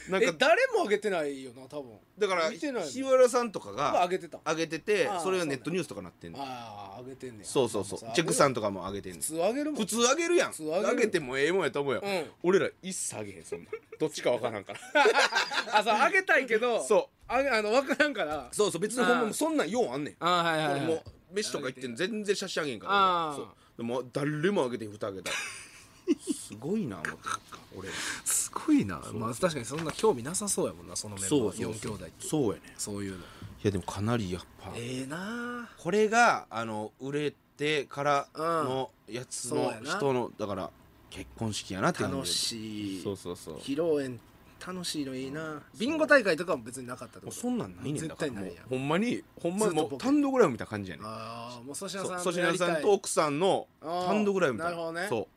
[SPEAKER 1] なん
[SPEAKER 2] え
[SPEAKER 1] か
[SPEAKER 2] 誰も上げてないよな多分
[SPEAKER 1] だから
[SPEAKER 2] 見てないもん
[SPEAKER 1] 日原さんとか
[SPEAKER 2] 多分上
[SPEAKER 1] が
[SPEAKER 2] げてた
[SPEAKER 1] 上げてて
[SPEAKER 2] ああ
[SPEAKER 1] それがネットニュースとかなってんの
[SPEAKER 2] ああ上げてんねや
[SPEAKER 1] そうそうそうチェックさんとかも上げてんの
[SPEAKER 2] 普通上げるもん
[SPEAKER 1] 普通あげるやん
[SPEAKER 2] 普通あげる
[SPEAKER 1] あげてもええもんやと思うよ、
[SPEAKER 2] うん
[SPEAKER 1] 俺ら一切あげへんそんなどっちかわからんから
[SPEAKER 2] あそう上げたいけど
[SPEAKER 1] [laughs] そう
[SPEAKER 2] あげあの分からんから
[SPEAKER 1] そうそう別にほんまもうそんなんようあんねん
[SPEAKER 2] あはいは
[SPEAKER 1] 俺もう飯とか行ってんの全然写真あげんから
[SPEAKER 2] あー
[SPEAKER 1] そうでも誰もあげてふたあげたすごいな思って俺ら
[SPEAKER 2] すごいなまあ確かにそんな興味なさそうやもんなそのメンバー4兄弟って
[SPEAKER 1] そうやね
[SPEAKER 2] そういうの
[SPEAKER 1] いやでもかなりやっぱ
[SPEAKER 2] ええな
[SPEAKER 1] これがあの売れてからのやつ
[SPEAKER 2] そう
[SPEAKER 1] の
[SPEAKER 2] やな
[SPEAKER 1] 人のだから結婚式やなって感じ
[SPEAKER 2] 楽しい
[SPEAKER 1] そうそうそう
[SPEAKER 2] 披露宴楽しいのいいなビンゴ大会とかも別になかったってこ
[SPEAKER 1] もう
[SPEAKER 2] と
[SPEAKER 1] そんなんないねんだから
[SPEAKER 2] 絶
[SPEAKER 1] も
[SPEAKER 2] 対
[SPEAKER 1] う
[SPEAKER 2] ないやん
[SPEAKER 1] ほんまにほんま
[SPEAKER 2] ず
[SPEAKER 1] に
[SPEAKER 2] っと
[SPEAKER 1] もう
[SPEAKER 2] 僕
[SPEAKER 1] 単独ライブみたいな感じやねん
[SPEAKER 2] ああもう粗品
[SPEAKER 1] そう
[SPEAKER 2] さん
[SPEAKER 1] 粗品さんと
[SPEAKER 2] と
[SPEAKER 1] 奥さんの単独ライブみたいな
[SPEAKER 2] あーなるほ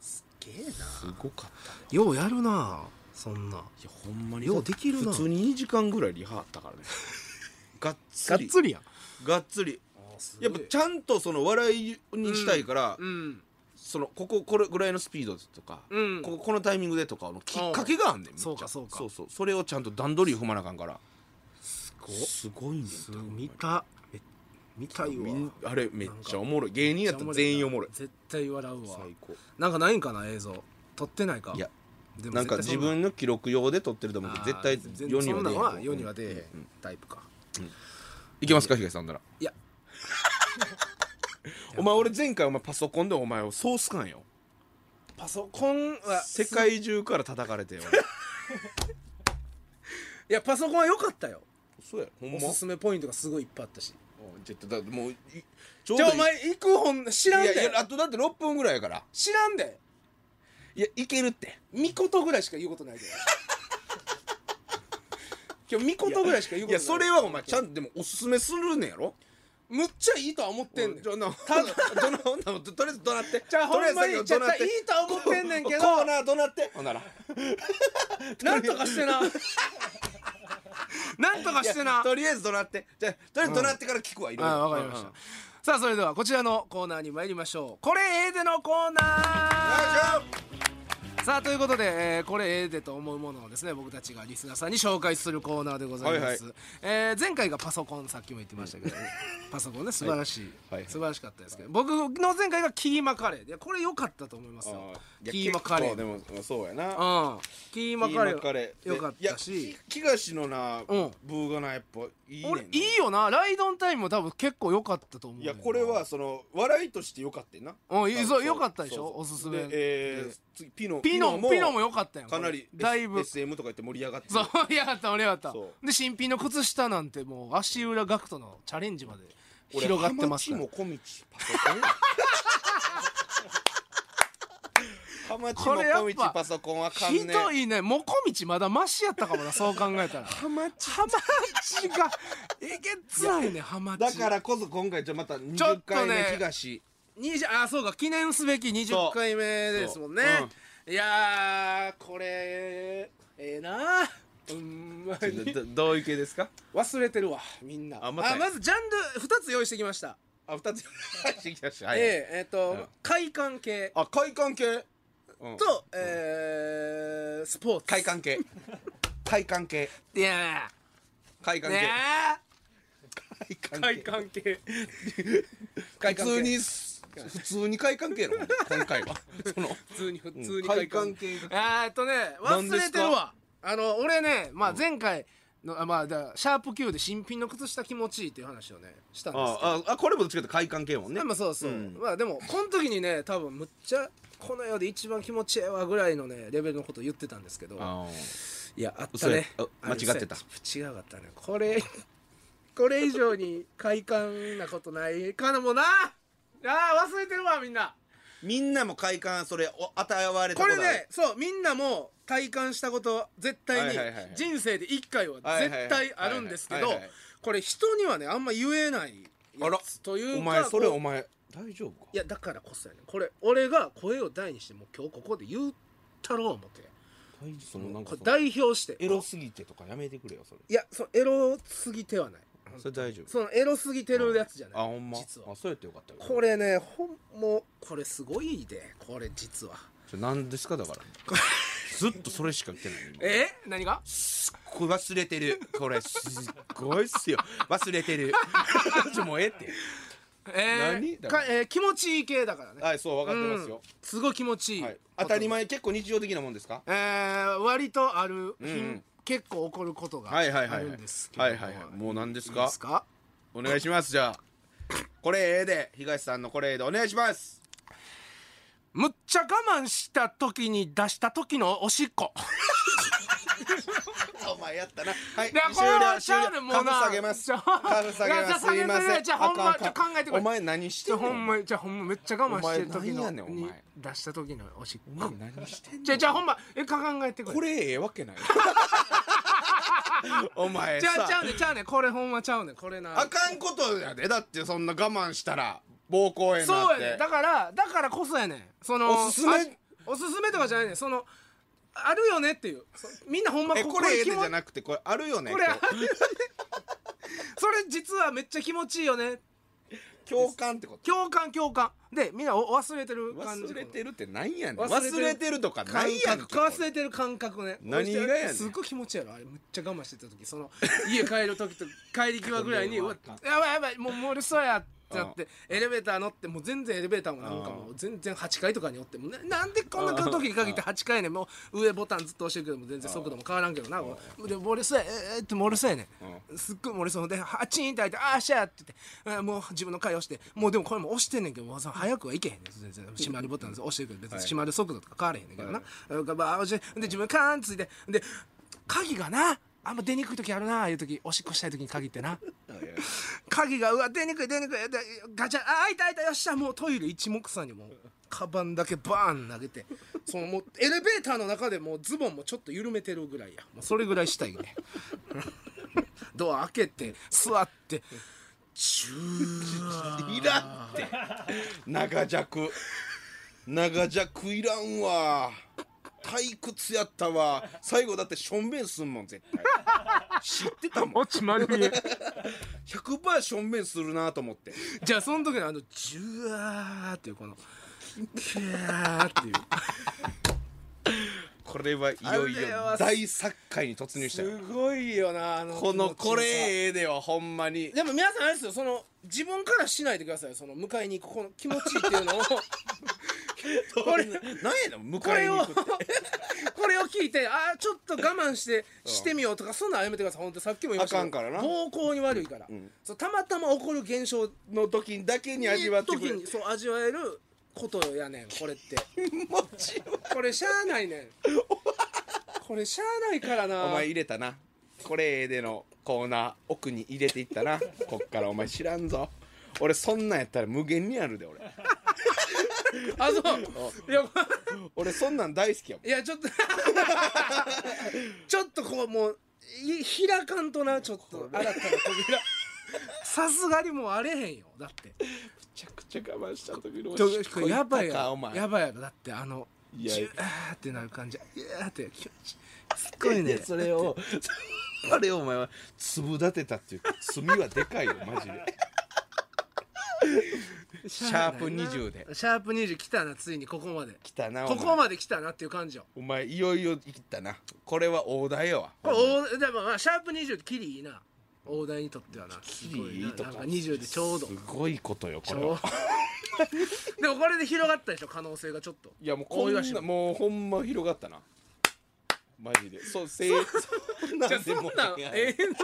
[SPEAKER 1] そ
[SPEAKER 2] すっげえな
[SPEAKER 1] うすごかったね
[SPEAKER 2] ようやるなそんない
[SPEAKER 1] やほんまに
[SPEAKER 2] ようできるな
[SPEAKER 1] 普通に2時間ぐらいリハあったからね
[SPEAKER 2] [laughs]
[SPEAKER 1] がっつ
[SPEAKER 2] がっ
[SPEAKER 1] り
[SPEAKER 2] つりやん
[SPEAKER 1] がっつりやっぱちゃんとその笑いにしたいから、
[SPEAKER 2] うん
[SPEAKER 1] そのこここれぐらいのスピードとか、
[SPEAKER 2] うん
[SPEAKER 1] こここのタイミングでとかのきっかけがあんねんめっちゃ
[SPEAKER 2] そうかそうか
[SPEAKER 1] そうそうそれをちゃんと段取り踏まなあかんから
[SPEAKER 2] すご
[SPEAKER 1] すごいねん
[SPEAKER 2] す見たえ見たい
[SPEAKER 1] み
[SPEAKER 2] わ
[SPEAKER 1] んあれめっちゃおもろい芸人やったら全員おもろい
[SPEAKER 2] 絶対笑うわ
[SPEAKER 1] 最高
[SPEAKER 2] なんかないんかな映像撮ってないか
[SPEAKER 1] いや
[SPEAKER 2] でも
[SPEAKER 1] なんか自分の記録用で撮ってると思うけど絶対世に
[SPEAKER 2] そんなん
[SPEAKER 1] は
[SPEAKER 2] は
[SPEAKER 1] 出えへん
[SPEAKER 2] 世には出えへ
[SPEAKER 1] うん
[SPEAKER 2] んタイプか
[SPEAKER 1] いけますか東さんなら
[SPEAKER 2] いや
[SPEAKER 1] [laughs] お前俺前回お前パソコンでお前をソース感よ
[SPEAKER 2] パソコンは
[SPEAKER 1] 世界中から叩かれてよ
[SPEAKER 2] いやパソコンは良かったよ
[SPEAKER 1] [laughs] そうやほん
[SPEAKER 2] お
[SPEAKER 1] ます
[SPEAKER 2] すめポイントがすごいいっぱいあったし
[SPEAKER 1] ちょっとだってもういちょ
[SPEAKER 2] じ
[SPEAKER 1] うど
[SPEAKER 2] ゃあ
[SPEAKER 1] いい
[SPEAKER 2] お前行く本知らん
[SPEAKER 1] い
[SPEAKER 2] で
[SPEAKER 1] やいやあとだって6分ぐらいやから
[SPEAKER 2] 知らんで
[SPEAKER 1] いやいけるって
[SPEAKER 2] みことぐらいしか言うこと
[SPEAKER 1] [laughs]
[SPEAKER 2] ないで今日みことぐらいしか言う
[SPEAKER 1] い
[SPEAKER 2] こと
[SPEAKER 1] や
[SPEAKER 2] ない
[SPEAKER 1] それはお前ちゃんとでもおすすめするねやろ
[SPEAKER 2] むっちゃいいとは思ってんねん
[SPEAKER 1] じゃあなたどなほんならとりあえずどなって
[SPEAKER 2] じゃあほ
[SPEAKER 1] とり
[SPEAKER 2] んま
[SPEAKER 1] え
[SPEAKER 2] に
[SPEAKER 1] ず
[SPEAKER 2] じゃ
[SPEAKER 1] 先
[SPEAKER 2] あ
[SPEAKER 1] どなって
[SPEAKER 2] いいとは思ってんねんけど
[SPEAKER 1] コーナーどなってほん [laughs] なら
[SPEAKER 2] なんとかして
[SPEAKER 1] [laughs]
[SPEAKER 2] ななんとかして
[SPEAKER 1] いや
[SPEAKER 2] な
[SPEAKER 1] とりあえずどなってじゃあとりあえずどなってから聞くわいろいろ
[SPEAKER 2] あわかりました、さあそれではこちらのコーナーに参りましょうこれええでのコーナー
[SPEAKER 1] よいしょ
[SPEAKER 2] さあということで、えーこれええでと思うものをですね僕たちがリスナーさんに紹介するコーナーでございます、
[SPEAKER 1] は
[SPEAKER 2] えー前回がパソコンさっきも言ってましたけど、パソコンね素晴らしい、
[SPEAKER 1] はいはい
[SPEAKER 2] 素晴らしかったですけど僕の前回がキーマカレーでこれ良かったと思いますよ
[SPEAKER 1] いや
[SPEAKER 2] キーマカレー
[SPEAKER 1] 結構でもそうやな
[SPEAKER 2] うんキーマカレ
[SPEAKER 1] キーマカレ
[SPEAKER 2] ー
[SPEAKER 1] ー
[SPEAKER 2] 良かった
[SPEAKER 1] いや
[SPEAKER 2] し
[SPEAKER 1] き東のな、
[SPEAKER 2] うん
[SPEAKER 1] ブーがなやっぱいいねんな
[SPEAKER 2] 俺いいよなライドオンタイムも多分結構良かったと思うね
[SPEAKER 1] い
[SPEAKER 2] ん
[SPEAKER 1] や
[SPEAKER 2] な
[SPEAKER 1] これはその笑いとしてよかったよな
[SPEAKER 2] うんいい
[SPEAKER 1] 多分
[SPEAKER 2] そうよかったでしょ
[SPEAKER 1] そうそう
[SPEAKER 2] おすすめ
[SPEAKER 1] でえー
[SPEAKER 2] で
[SPEAKER 1] 次ピノ
[SPEAKER 2] ピノピノも良かったよ
[SPEAKER 1] かなり
[SPEAKER 2] だいぶ
[SPEAKER 1] S- SM とか言って盛り上がってる
[SPEAKER 2] そうやった俺やった
[SPEAKER 1] そ
[SPEAKER 2] で新品の靴下なんてもう足裏ガクトのチャレンジまで広がってますか
[SPEAKER 1] 俺
[SPEAKER 2] ら
[SPEAKER 1] ハマチも小道パソコンハマチ
[SPEAKER 2] これやっぱ
[SPEAKER 1] も小道パソコンはかんね
[SPEAKER 2] ひどいねもこみちまだマシやったかもなそう考えたらハマチハマチがえげつないねハマチ
[SPEAKER 1] だからこそ今回じゃあまた
[SPEAKER 2] ちょっ
[SPEAKER 1] 20
[SPEAKER 2] と
[SPEAKER 1] 回
[SPEAKER 2] ね
[SPEAKER 1] 目東
[SPEAKER 2] 20あそうか記念すべき
[SPEAKER 1] そ
[SPEAKER 2] 20
[SPEAKER 1] う
[SPEAKER 2] 回目ですもんね、いやーこれえええなうんまに
[SPEAKER 1] どどういう系ですか
[SPEAKER 2] 忘れてるわみんなあ
[SPEAKER 1] あ
[SPEAKER 2] ま
[SPEAKER 1] また
[SPEAKER 2] ずジャンル2つ用意してきました、
[SPEAKER 1] あ二つしてきたしはい
[SPEAKER 2] えええっ、と、
[SPEAKER 1] うん
[SPEAKER 2] 快感系
[SPEAKER 1] あ快感系、うん
[SPEAKER 2] と、えー、スポーツ
[SPEAKER 1] 快感系快感系
[SPEAKER 2] いや
[SPEAKER 1] 快
[SPEAKER 2] ー
[SPEAKER 1] 感系
[SPEAKER 2] ね
[SPEAKER 1] 快
[SPEAKER 2] え
[SPEAKER 1] 感
[SPEAKER 2] 快
[SPEAKER 1] 系
[SPEAKER 2] 感系
[SPEAKER 1] 普
[SPEAKER 2] 快感系
[SPEAKER 1] 通に普通に快感系や [laughs] ろ今回はその
[SPEAKER 2] 普通に普通に
[SPEAKER 1] 快感系
[SPEAKER 2] えーっとね
[SPEAKER 1] 何
[SPEAKER 2] 忘
[SPEAKER 1] で
[SPEAKER 2] れ
[SPEAKER 1] す
[SPEAKER 2] て
[SPEAKER 1] か
[SPEAKER 2] るわあの俺ね、まあ、前回の、あまあだシャープ Q で新品の靴下気持ちいいっていう話をねしたんですけど
[SPEAKER 1] あああこれもどっちかって快感系やもんね
[SPEAKER 2] でもそうそう、
[SPEAKER 1] うん
[SPEAKER 2] まあでもこの時にね多分むっちゃこの世で一番気持ちええわぐらいのねレベルのこと言ってたんですけど
[SPEAKER 1] あ
[SPEAKER 2] いやあったね
[SPEAKER 1] 嘘やあ
[SPEAKER 2] あの
[SPEAKER 1] 間違ってた
[SPEAKER 2] そうや違かったねこれ [laughs] これ以上に快感なことないかなもなああ忘れてるわみんな
[SPEAKER 1] みんなも快感それお与えられた
[SPEAKER 2] こ
[SPEAKER 1] こと
[SPEAKER 2] れ
[SPEAKER 1] ある
[SPEAKER 2] ねそうみんなも体感したこと絶対に
[SPEAKER 1] はいはいはいはい
[SPEAKER 2] 人生で1回は絶対あるんですけど
[SPEAKER 1] はいはいはいはいはいはい
[SPEAKER 2] これ人にはねあんま言えない
[SPEAKER 1] あ
[SPEAKER 2] や
[SPEAKER 1] ら
[SPEAKER 2] つというか
[SPEAKER 1] お前それ
[SPEAKER 2] こう
[SPEAKER 1] お前大丈夫か
[SPEAKER 2] いやだからこそやねんこれ俺が声を大にしてもう今日ここで言ったろう思って
[SPEAKER 1] 大丈夫そのなん
[SPEAKER 2] こ
[SPEAKER 1] か
[SPEAKER 2] れ代表して
[SPEAKER 1] エロすぎてとかやめてくれよそれ
[SPEAKER 2] いやそのエロすぎてはない
[SPEAKER 1] それ大丈夫
[SPEAKER 2] そのエロすぎてるやつじゃない
[SPEAKER 1] あほんま
[SPEAKER 2] 実は
[SPEAKER 1] あそうやってよかったよ
[SPEAKER 2] これねほんもうこれすごいでこれ実は
[SPEAKER 1] ちょ何ですか
[SPEAKER 2] [laughs]
[SPEAKER 1] だからずっとそれしか言ってない今
[SPEAKER 2] え何が
[SPEAKER 1] これ忘れてるこれすっごいっすよ忘れ
[SPEAKER 2] [laughs]
[SPEAKER 1] てる [laughs] ちょもうええって
[SPEAKER 2] え
[SPEAKER 1] 何
[SPEAKER 2] ーかえー気持ちいい系だからね
[SPEAKER 1] はいそう分かってます
[SPEAKER 2] うん
[SPEAKER 1] よ、
[SPEAKER 2] すごい気持ちいい、
[SPEAKER 1] はい、当たり前結構日常的なもんですか
[SPEAKER 2] えー割とある、
[SPEAKER 1] んうん
[SPEAKER 2] 結構起こることが
[SPEAKER 1] は
[SPEAKER 2] あ
[SPEAKER 1] いはいはい
[SPEAKER 2] る
[SPEAKER 1] はい
[SPEAKER 2] んですけど
[SPEAKER 1] はいはいはいもう何です
[SPEAKER 2] いい
[SPEAKER 1] か
[SPEAKER 2] ですか
[SPEAKER 1] お願いしますじゃあこれええで東さんのこれええでお願いします
[SPEAKER 2] むっちゃ我慢した時に出した時のおしっこ
[SPEAKER 1] お前やったなはい
[SPEAKER 2] いやこれはちゃうねんもうな
[SPEAKER 1] 株下げます
[SPEAKER 2] ちゃう
[SPEAKER 1] 株下げ
[SPEAKER 2] いやじゃあ
[SPEAKER 1] ますすいま
[SPEAKER 2] 下げ
[SPEAKER 1] せ
[SPEAKER 2] て
[SPEAKER 1] ん
[SPEAKER 2] じゃあほんま
[SPEAKER 1] あかあか
[SPEAKER 2] ちょ考えてくれ
[SPEAKER 1] お前何し
[SPEAKER 2] じ
[SPEAKER 1] て
[SPEAKER 2] ゃ
[SPEAKER 1] んの
[SPEAKER 2] ほんまじゃあほんまめっちゃ我慢してる時
[SPEAKER 1] お
[SPEAKER 2] の
[SPEAKER 1] 前何やねんお
[SPEAKER 2] に
[SPEAKER 1] 前
[SPEAKER 2] 出した時のおしっ
[SPEAKER 1] お
[SPEAKER 2] こ
[SPEAKER 1] 前何してんの
[SPEAKER 2] じゃあじゃあほんまえ考えてくれ
[SPEAKER 1] これええわけない [laughs] お前
[SPEAKER 2] じ
[SPEAKER 1] さ
[SPEAKER 2] ゃあちゃうねんちゃうねんこれほんまちゃうねんこれな
[SPEAKER 1] あかんことやでだってそんな我慢したら暴行へな
[SPEAKER 2] そ
[SPEAKER 1] っ
[SPEAKER 2] う
[SPEAKER 1] て
[SPEAKER 2] やねんだからだからこそやねんその
[SPEAKER 1] おすすめ
[SPEAKER 2] あおすすめとかじゃないねんそのあるよねっていうそみんなほんま
[SPEAKER 1] えこれええで
[SPEAKER 2] 気
[SPEAKER 1] じ
[SPEAKER 2] 持
[SPEAKER 1] ゃなくてこれあるよね
[SPEAKER 2] これあ
[SPEAKER 1] 今日
[SPEAKER 2] るよねそれ実はめっちゃ気持ちいいよね
[SPEAKER 1] 共感ってこと
[SPEAKER 2] 共感共感でみんなお忘れてる感じ
[SPEAKER 1] 忘れてるってなんやねん
[SPEAKER 2] 忘れてる
[SPEAKER 1] 忘れてるとかな
[SPEAKER 2] 感
[SPEAKER 1] いやねん
[SPEAKER 2] 覚忘れてる感覚ね
[SPEAKER 1] 何がやねん
[SPEAKER 2] すっごい気持ちいいやろあれむっちゃ我慢してた時その家帰る時と帰り際ぐらいに
[SPEAKER 1] [laughs] こ
[SPEAKER 2] う
[SPEAKER 1] れ
[SPEAKER 2] わ
[SPEAKER 1] は
[SPEAKER 2] やばいやばいもう漏れそうやってなってエレベーター乗ってもう全然エレベーターもなんかもう全然8階とかにおってもうななんでこんな時に限って8階ねんもう上ボタンずっと押してるけども全然速度も変わらんけどなもうで漏れそうやえー、って漏れそうやねんすっごい漏れそうではチーンって開いてああしゃーって言ってうんもう自分の回押してもうでもこれも押してんねんけどもうその早くはいけへんねん全然閉まるボタン押してるけど別に閉まる速度とか変わらへんねんけどな、がばー押してで自分カーンついてで鍵がなあんま出にくい時あるなあいう時おしっこしたい時に限ってな鍵がうわ出にくい出にくいでガチャあ開いた開いたよっしゃもうトイレ一目散にもうカバンだけバーン投げてそのもうエレベーターの中でもうズボンもちょっと緩めてるぐらいやもうそれぐらいしたいね [laughs] ドア開けて座ってチュー
[SPEAKER 1] いらんって長尺長尺いらんわ退屈やったわ最後だってしょんべんすんもん絶対知ってたもん
[SPEAKER 2] 落ち丸見え
[SPEAKER 1] 100%しょんべんするなと思って
[SPEAKER 2] じゃあその時のあのジュワーっていうこのキャーっていう
[SPEAKER 1] これはいよいよ
[SPEAKER 2] あれは
[SPEAKER 1] 大作界に突入したよ
[SPEAKER 2] すごいよなあの
[SPEAKER 1] このこれ
[SPEAKER 2] 気持ちよ
[SPEAKER 1] ええではほんまに
[SPEAKER 2] さでも皆さんあれですよその自分からしないでくださいその迎えに行くこの気持ちいいっていうのをこれ
[SPEAKER 1] 何やねん
[SPEAKER 2] こ
[SPEAKER 1] 迎え
[SPEAKER 2] れ
[SPEAKER 1] に
[SPEAKER 2] を [laughs]
[SPEAKER 1] 行くって
[SPEAKER 2] これを聞いてあーちょっと我慢してしてみようとかそんなんやめてください本当さっきも言いましたけど
[SPEAKER 1] あかんからな
[SPEAKER 2] 暴行に悪いから、そうたまたま起こる現象
[SPEAKER 1] の時にだけに味わってくれ
[SPEAKER 2] 時にそう味わえることやねんこれって
[SPEAKER 1] もちろん
[SPEAKER 2] これしゃあないね
[SPEAKER 1] [laughs]
[SPEAKER 2] んこれしゃあないからな
[SPEAKER 1] お前入れたなこれええでのコーナー奥に入れていったなこっからお前知らんぞ俺そんなんやったら無限にあるで俺
[SPEAKER 2] あそういや
[SPEAKER 1] 俺そんなん大好きやもん
[SPEAKER 2] いやちょっと [laughs] ちょっとこうもうい開かんとなちょっと新たな扉さすがにもうあれへんよだって
[SPEAKER 1] めちゃくちゃ我慢した時の
[SPEAKER 2] やばいや
[SPEAKER 1] かお
[SPEAKER 2] ろ
[SPEAKER 1] 前
[SPEAKER 2] やばいやろだってあの
[SPEAKER 1] いや
[SPEAKER 2] ジ
[SPEAKER 1] い
[SPEAKER 2] ューってなる感じいやーって気持ちすっごいね
[SPEAKER 1] やそれを [laughs] あれをお前は粒立てたっていうか罪はでかいよマジで
[SPEAKER 2] シ
[SPEAKER 1] ャープ20で
[SPEAKER 2] シャープ20来たなついにここまで
[SPEAKER 1] 来たなお
[SPEAKER 2] こ
[SPEAKER 1] 前
[SPEAKER 2] こまで来たなっていう感じよ
[SPEAKER 1] お前いよいよ生きたなこれは大台やわ
[SPEAKER 2] これ大でもまあシャープ20ってキリいいな大台にとってはな
[SPEAKER 1] キリいいと
[SPEAKER 2] すごいなな
[SPEAKER 1] か
[SPEAKER 2] んか20でちょうど
[SPEAKER 1] すごいことよこ
[SPEAKER 2] ち
[SPEAKER 1] れは
[SPEAKER 2] ょうでもこれで広がったでしょ可能性がちょっと
[SPEAKER 1] いやもうこん
[SPEAKER 2] 思い
[SPEAKER 1] な
[SPEAKER 2] 出しても
[SPEAKER 1] もうほんま広がったなマジでそうせいそんな
[SPEAKER 2] じゃあそんなんええの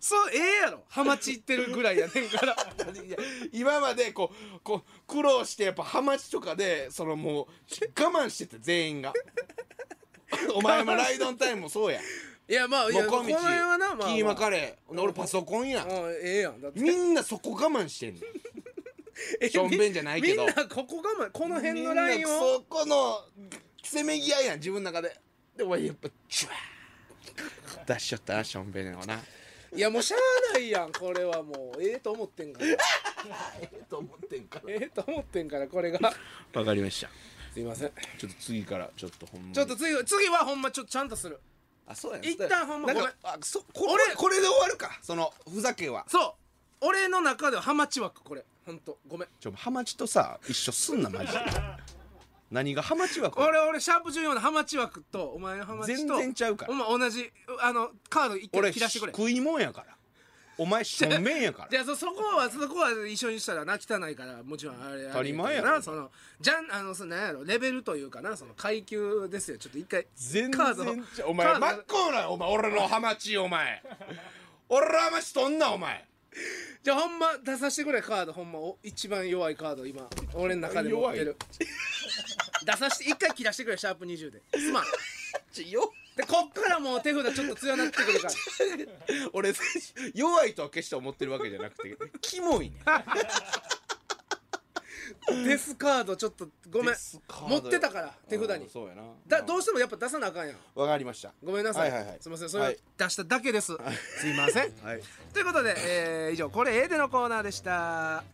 [SPEAKER 2] そうええやろハマチ行ってるぐらいやねんから
[SPEAKER 1] [laughs] いや今までこうこう苦労してやっぱハマチとかでそのもう我慢してて
[SPEAKER 2] [laughs]
[SPEAKER 1] 全員がお前もライドオンタイムもそうや
[SPEAKER 2] いやまあい
[SPEAKER 1] も
[SPEAKER 2] や
[SPEAKER 1] こ
[SPEAKER 2] この
[SPEAKER 1] みち
[SPEAKER 2] 辺はなまあ、まあ、
[SPEAKER 1] キーマカレー俺パソコンやん
[SPEAKER 2] うんええやんだって
[SPEAKER 1] みんなそこ我慢してんねんしょんべんじゃないけど
[SPEAKER 2] みんなここがまこの辺の
[SPEAKER 1] みんな
[SPEAKER 2] ラインを
[SPEAKER 1] そこのせめぎ合いやん自分の中ででお前やっぱチュワー出しちゃったなしょんべんをない
[SPEAKER 2] やもうしゃあないやんこれはもうええと思ってん [laughs] から
[SPEAKER 1] ええと思ってんか
[SPEAKER 2] ええと思ってんからこれが
[SPEAKER 1] わかりました
[SPEAKER 2] すいません
[SPEAKER 1] ちょっと次からちょっとほんまに
[SPEAKER 2] ちょっと次は次はほんまちょっとちゃんとする
[SPEAKER 1] あそうやな
[SPEAKER 2] 一旦ほんま
[SPEAKER 1] なん
[SPEAKER 2] ごめん
[SPEAKER 1] かあそこ
[SPEAKER 2] 俺
[SPEAKER 1] れこれで終わるかそのふざけは
[SPEAKER 2] そう俺の中ではハマチ枠これほんとごめん
[SPEAKER 1] ちょハマチとさ一緒すんな
[SPEAKER 2] [laughs]
[SPEAKER 1] マジで何がハマチはこれ
[SPEAKER 2] 俺俺シャープ14のハマチ枠とお前のハマチと
[SPEAKER 1] 全然ちゃうから
[SPEAKER 2] お前同じあのカード一回
[SPEAKER 1] 俺
[SPEAKER 2] 切らしてくれ
[SPEAKER 1] 食いもんやからお前しょんべんやから
[SPEAKER 2] じゃあそそこはそこは一緒にしたらな汚いからもちろんあれ
[SPEAKER 1] 当たり前やろ
[SPEAKER 2] あれけどなそのじゃんあのそのなんやろレベルというかなその階級ですよちょっと一回
[SPEAKER 1] 全
[SPEAKER 2] カード
[SPEAKER 1] 然ちゃうお前
[SPEAKER 2] カ
[SPEAKER 1] 真
[SPEAKER 2] ー
[SPEAKER 1] っ
[SPEAKER 2] ド
[SPEAKER 1] 向なよお前俺のハマチお前俺のハマチとんなお前
[SPEAKER 2] じゃあほんま出させてくれカードほんまお一番弱いカード今俺の中で持ってる [laughs] 出させて一回切らしてくれシャープ20ですまん
[SPEAKER 1] よ
[SPEAKER 2] でこっからもう手札ちょっと強なってくる
[SPEAKER 1] [laughs]
[SPEAKER 2] から
[SPEAKER 1] 俺 [laughs] 弱いとは決して思ってるわけじゃなくてキモいね
[SPEAKER 2] デスカードちょっとごめん
[SPEAKER 1] デスカード
[SPEAKER 2] 持ってたから手札
[SPEAKER 1] うん
[SPEAKER 2] に
[SPEAKER 1] そうやな
[SPEAKER 2] だどう
[SPEAKER 1] し
[SPEAKER 2] してもやっぱ出さなあかんやん
[SPEAKER 1] わかりました
[SPEAKER 2] ごめんなさい,、
[SPEAKER 1] はいはいはい
[SPEAKER 2] すいませんそれを
[SPEAKER 1] はい
[SPEAKER 2] 出しただけです、すいません
[SPEAKER 1] はい
[SPEAKER 2] ということで、えー以上「これ A で」のコーナーでした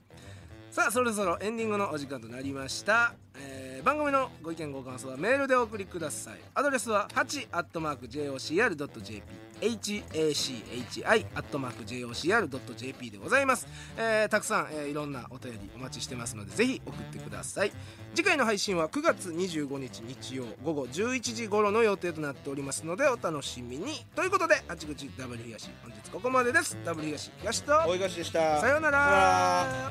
[SPEAKER 2] さあそろそろエンディングのお時間となりました、えー番組のご意見ご感想はメールでお送りくださいアドレスは 8-jocr.jp hachi.jocr.jp でございます、えーたくさん、えーいろんなお便りお待ちしてますのでぜひ送ってください次回の配信は9月25日日曜午後11時頃の予定となっておりますのでお楽しみにということで八口 W 東本日ここまでです W 東東と
[SPEAKER 1] 大東でした
[SPEAKER 2] さような
[SPEAKER 1] さよ
[SPEAKER 2] ら。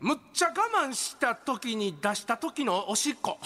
[SPEAKER 2] むっちゃ我慢した時に出した時のおしっこ。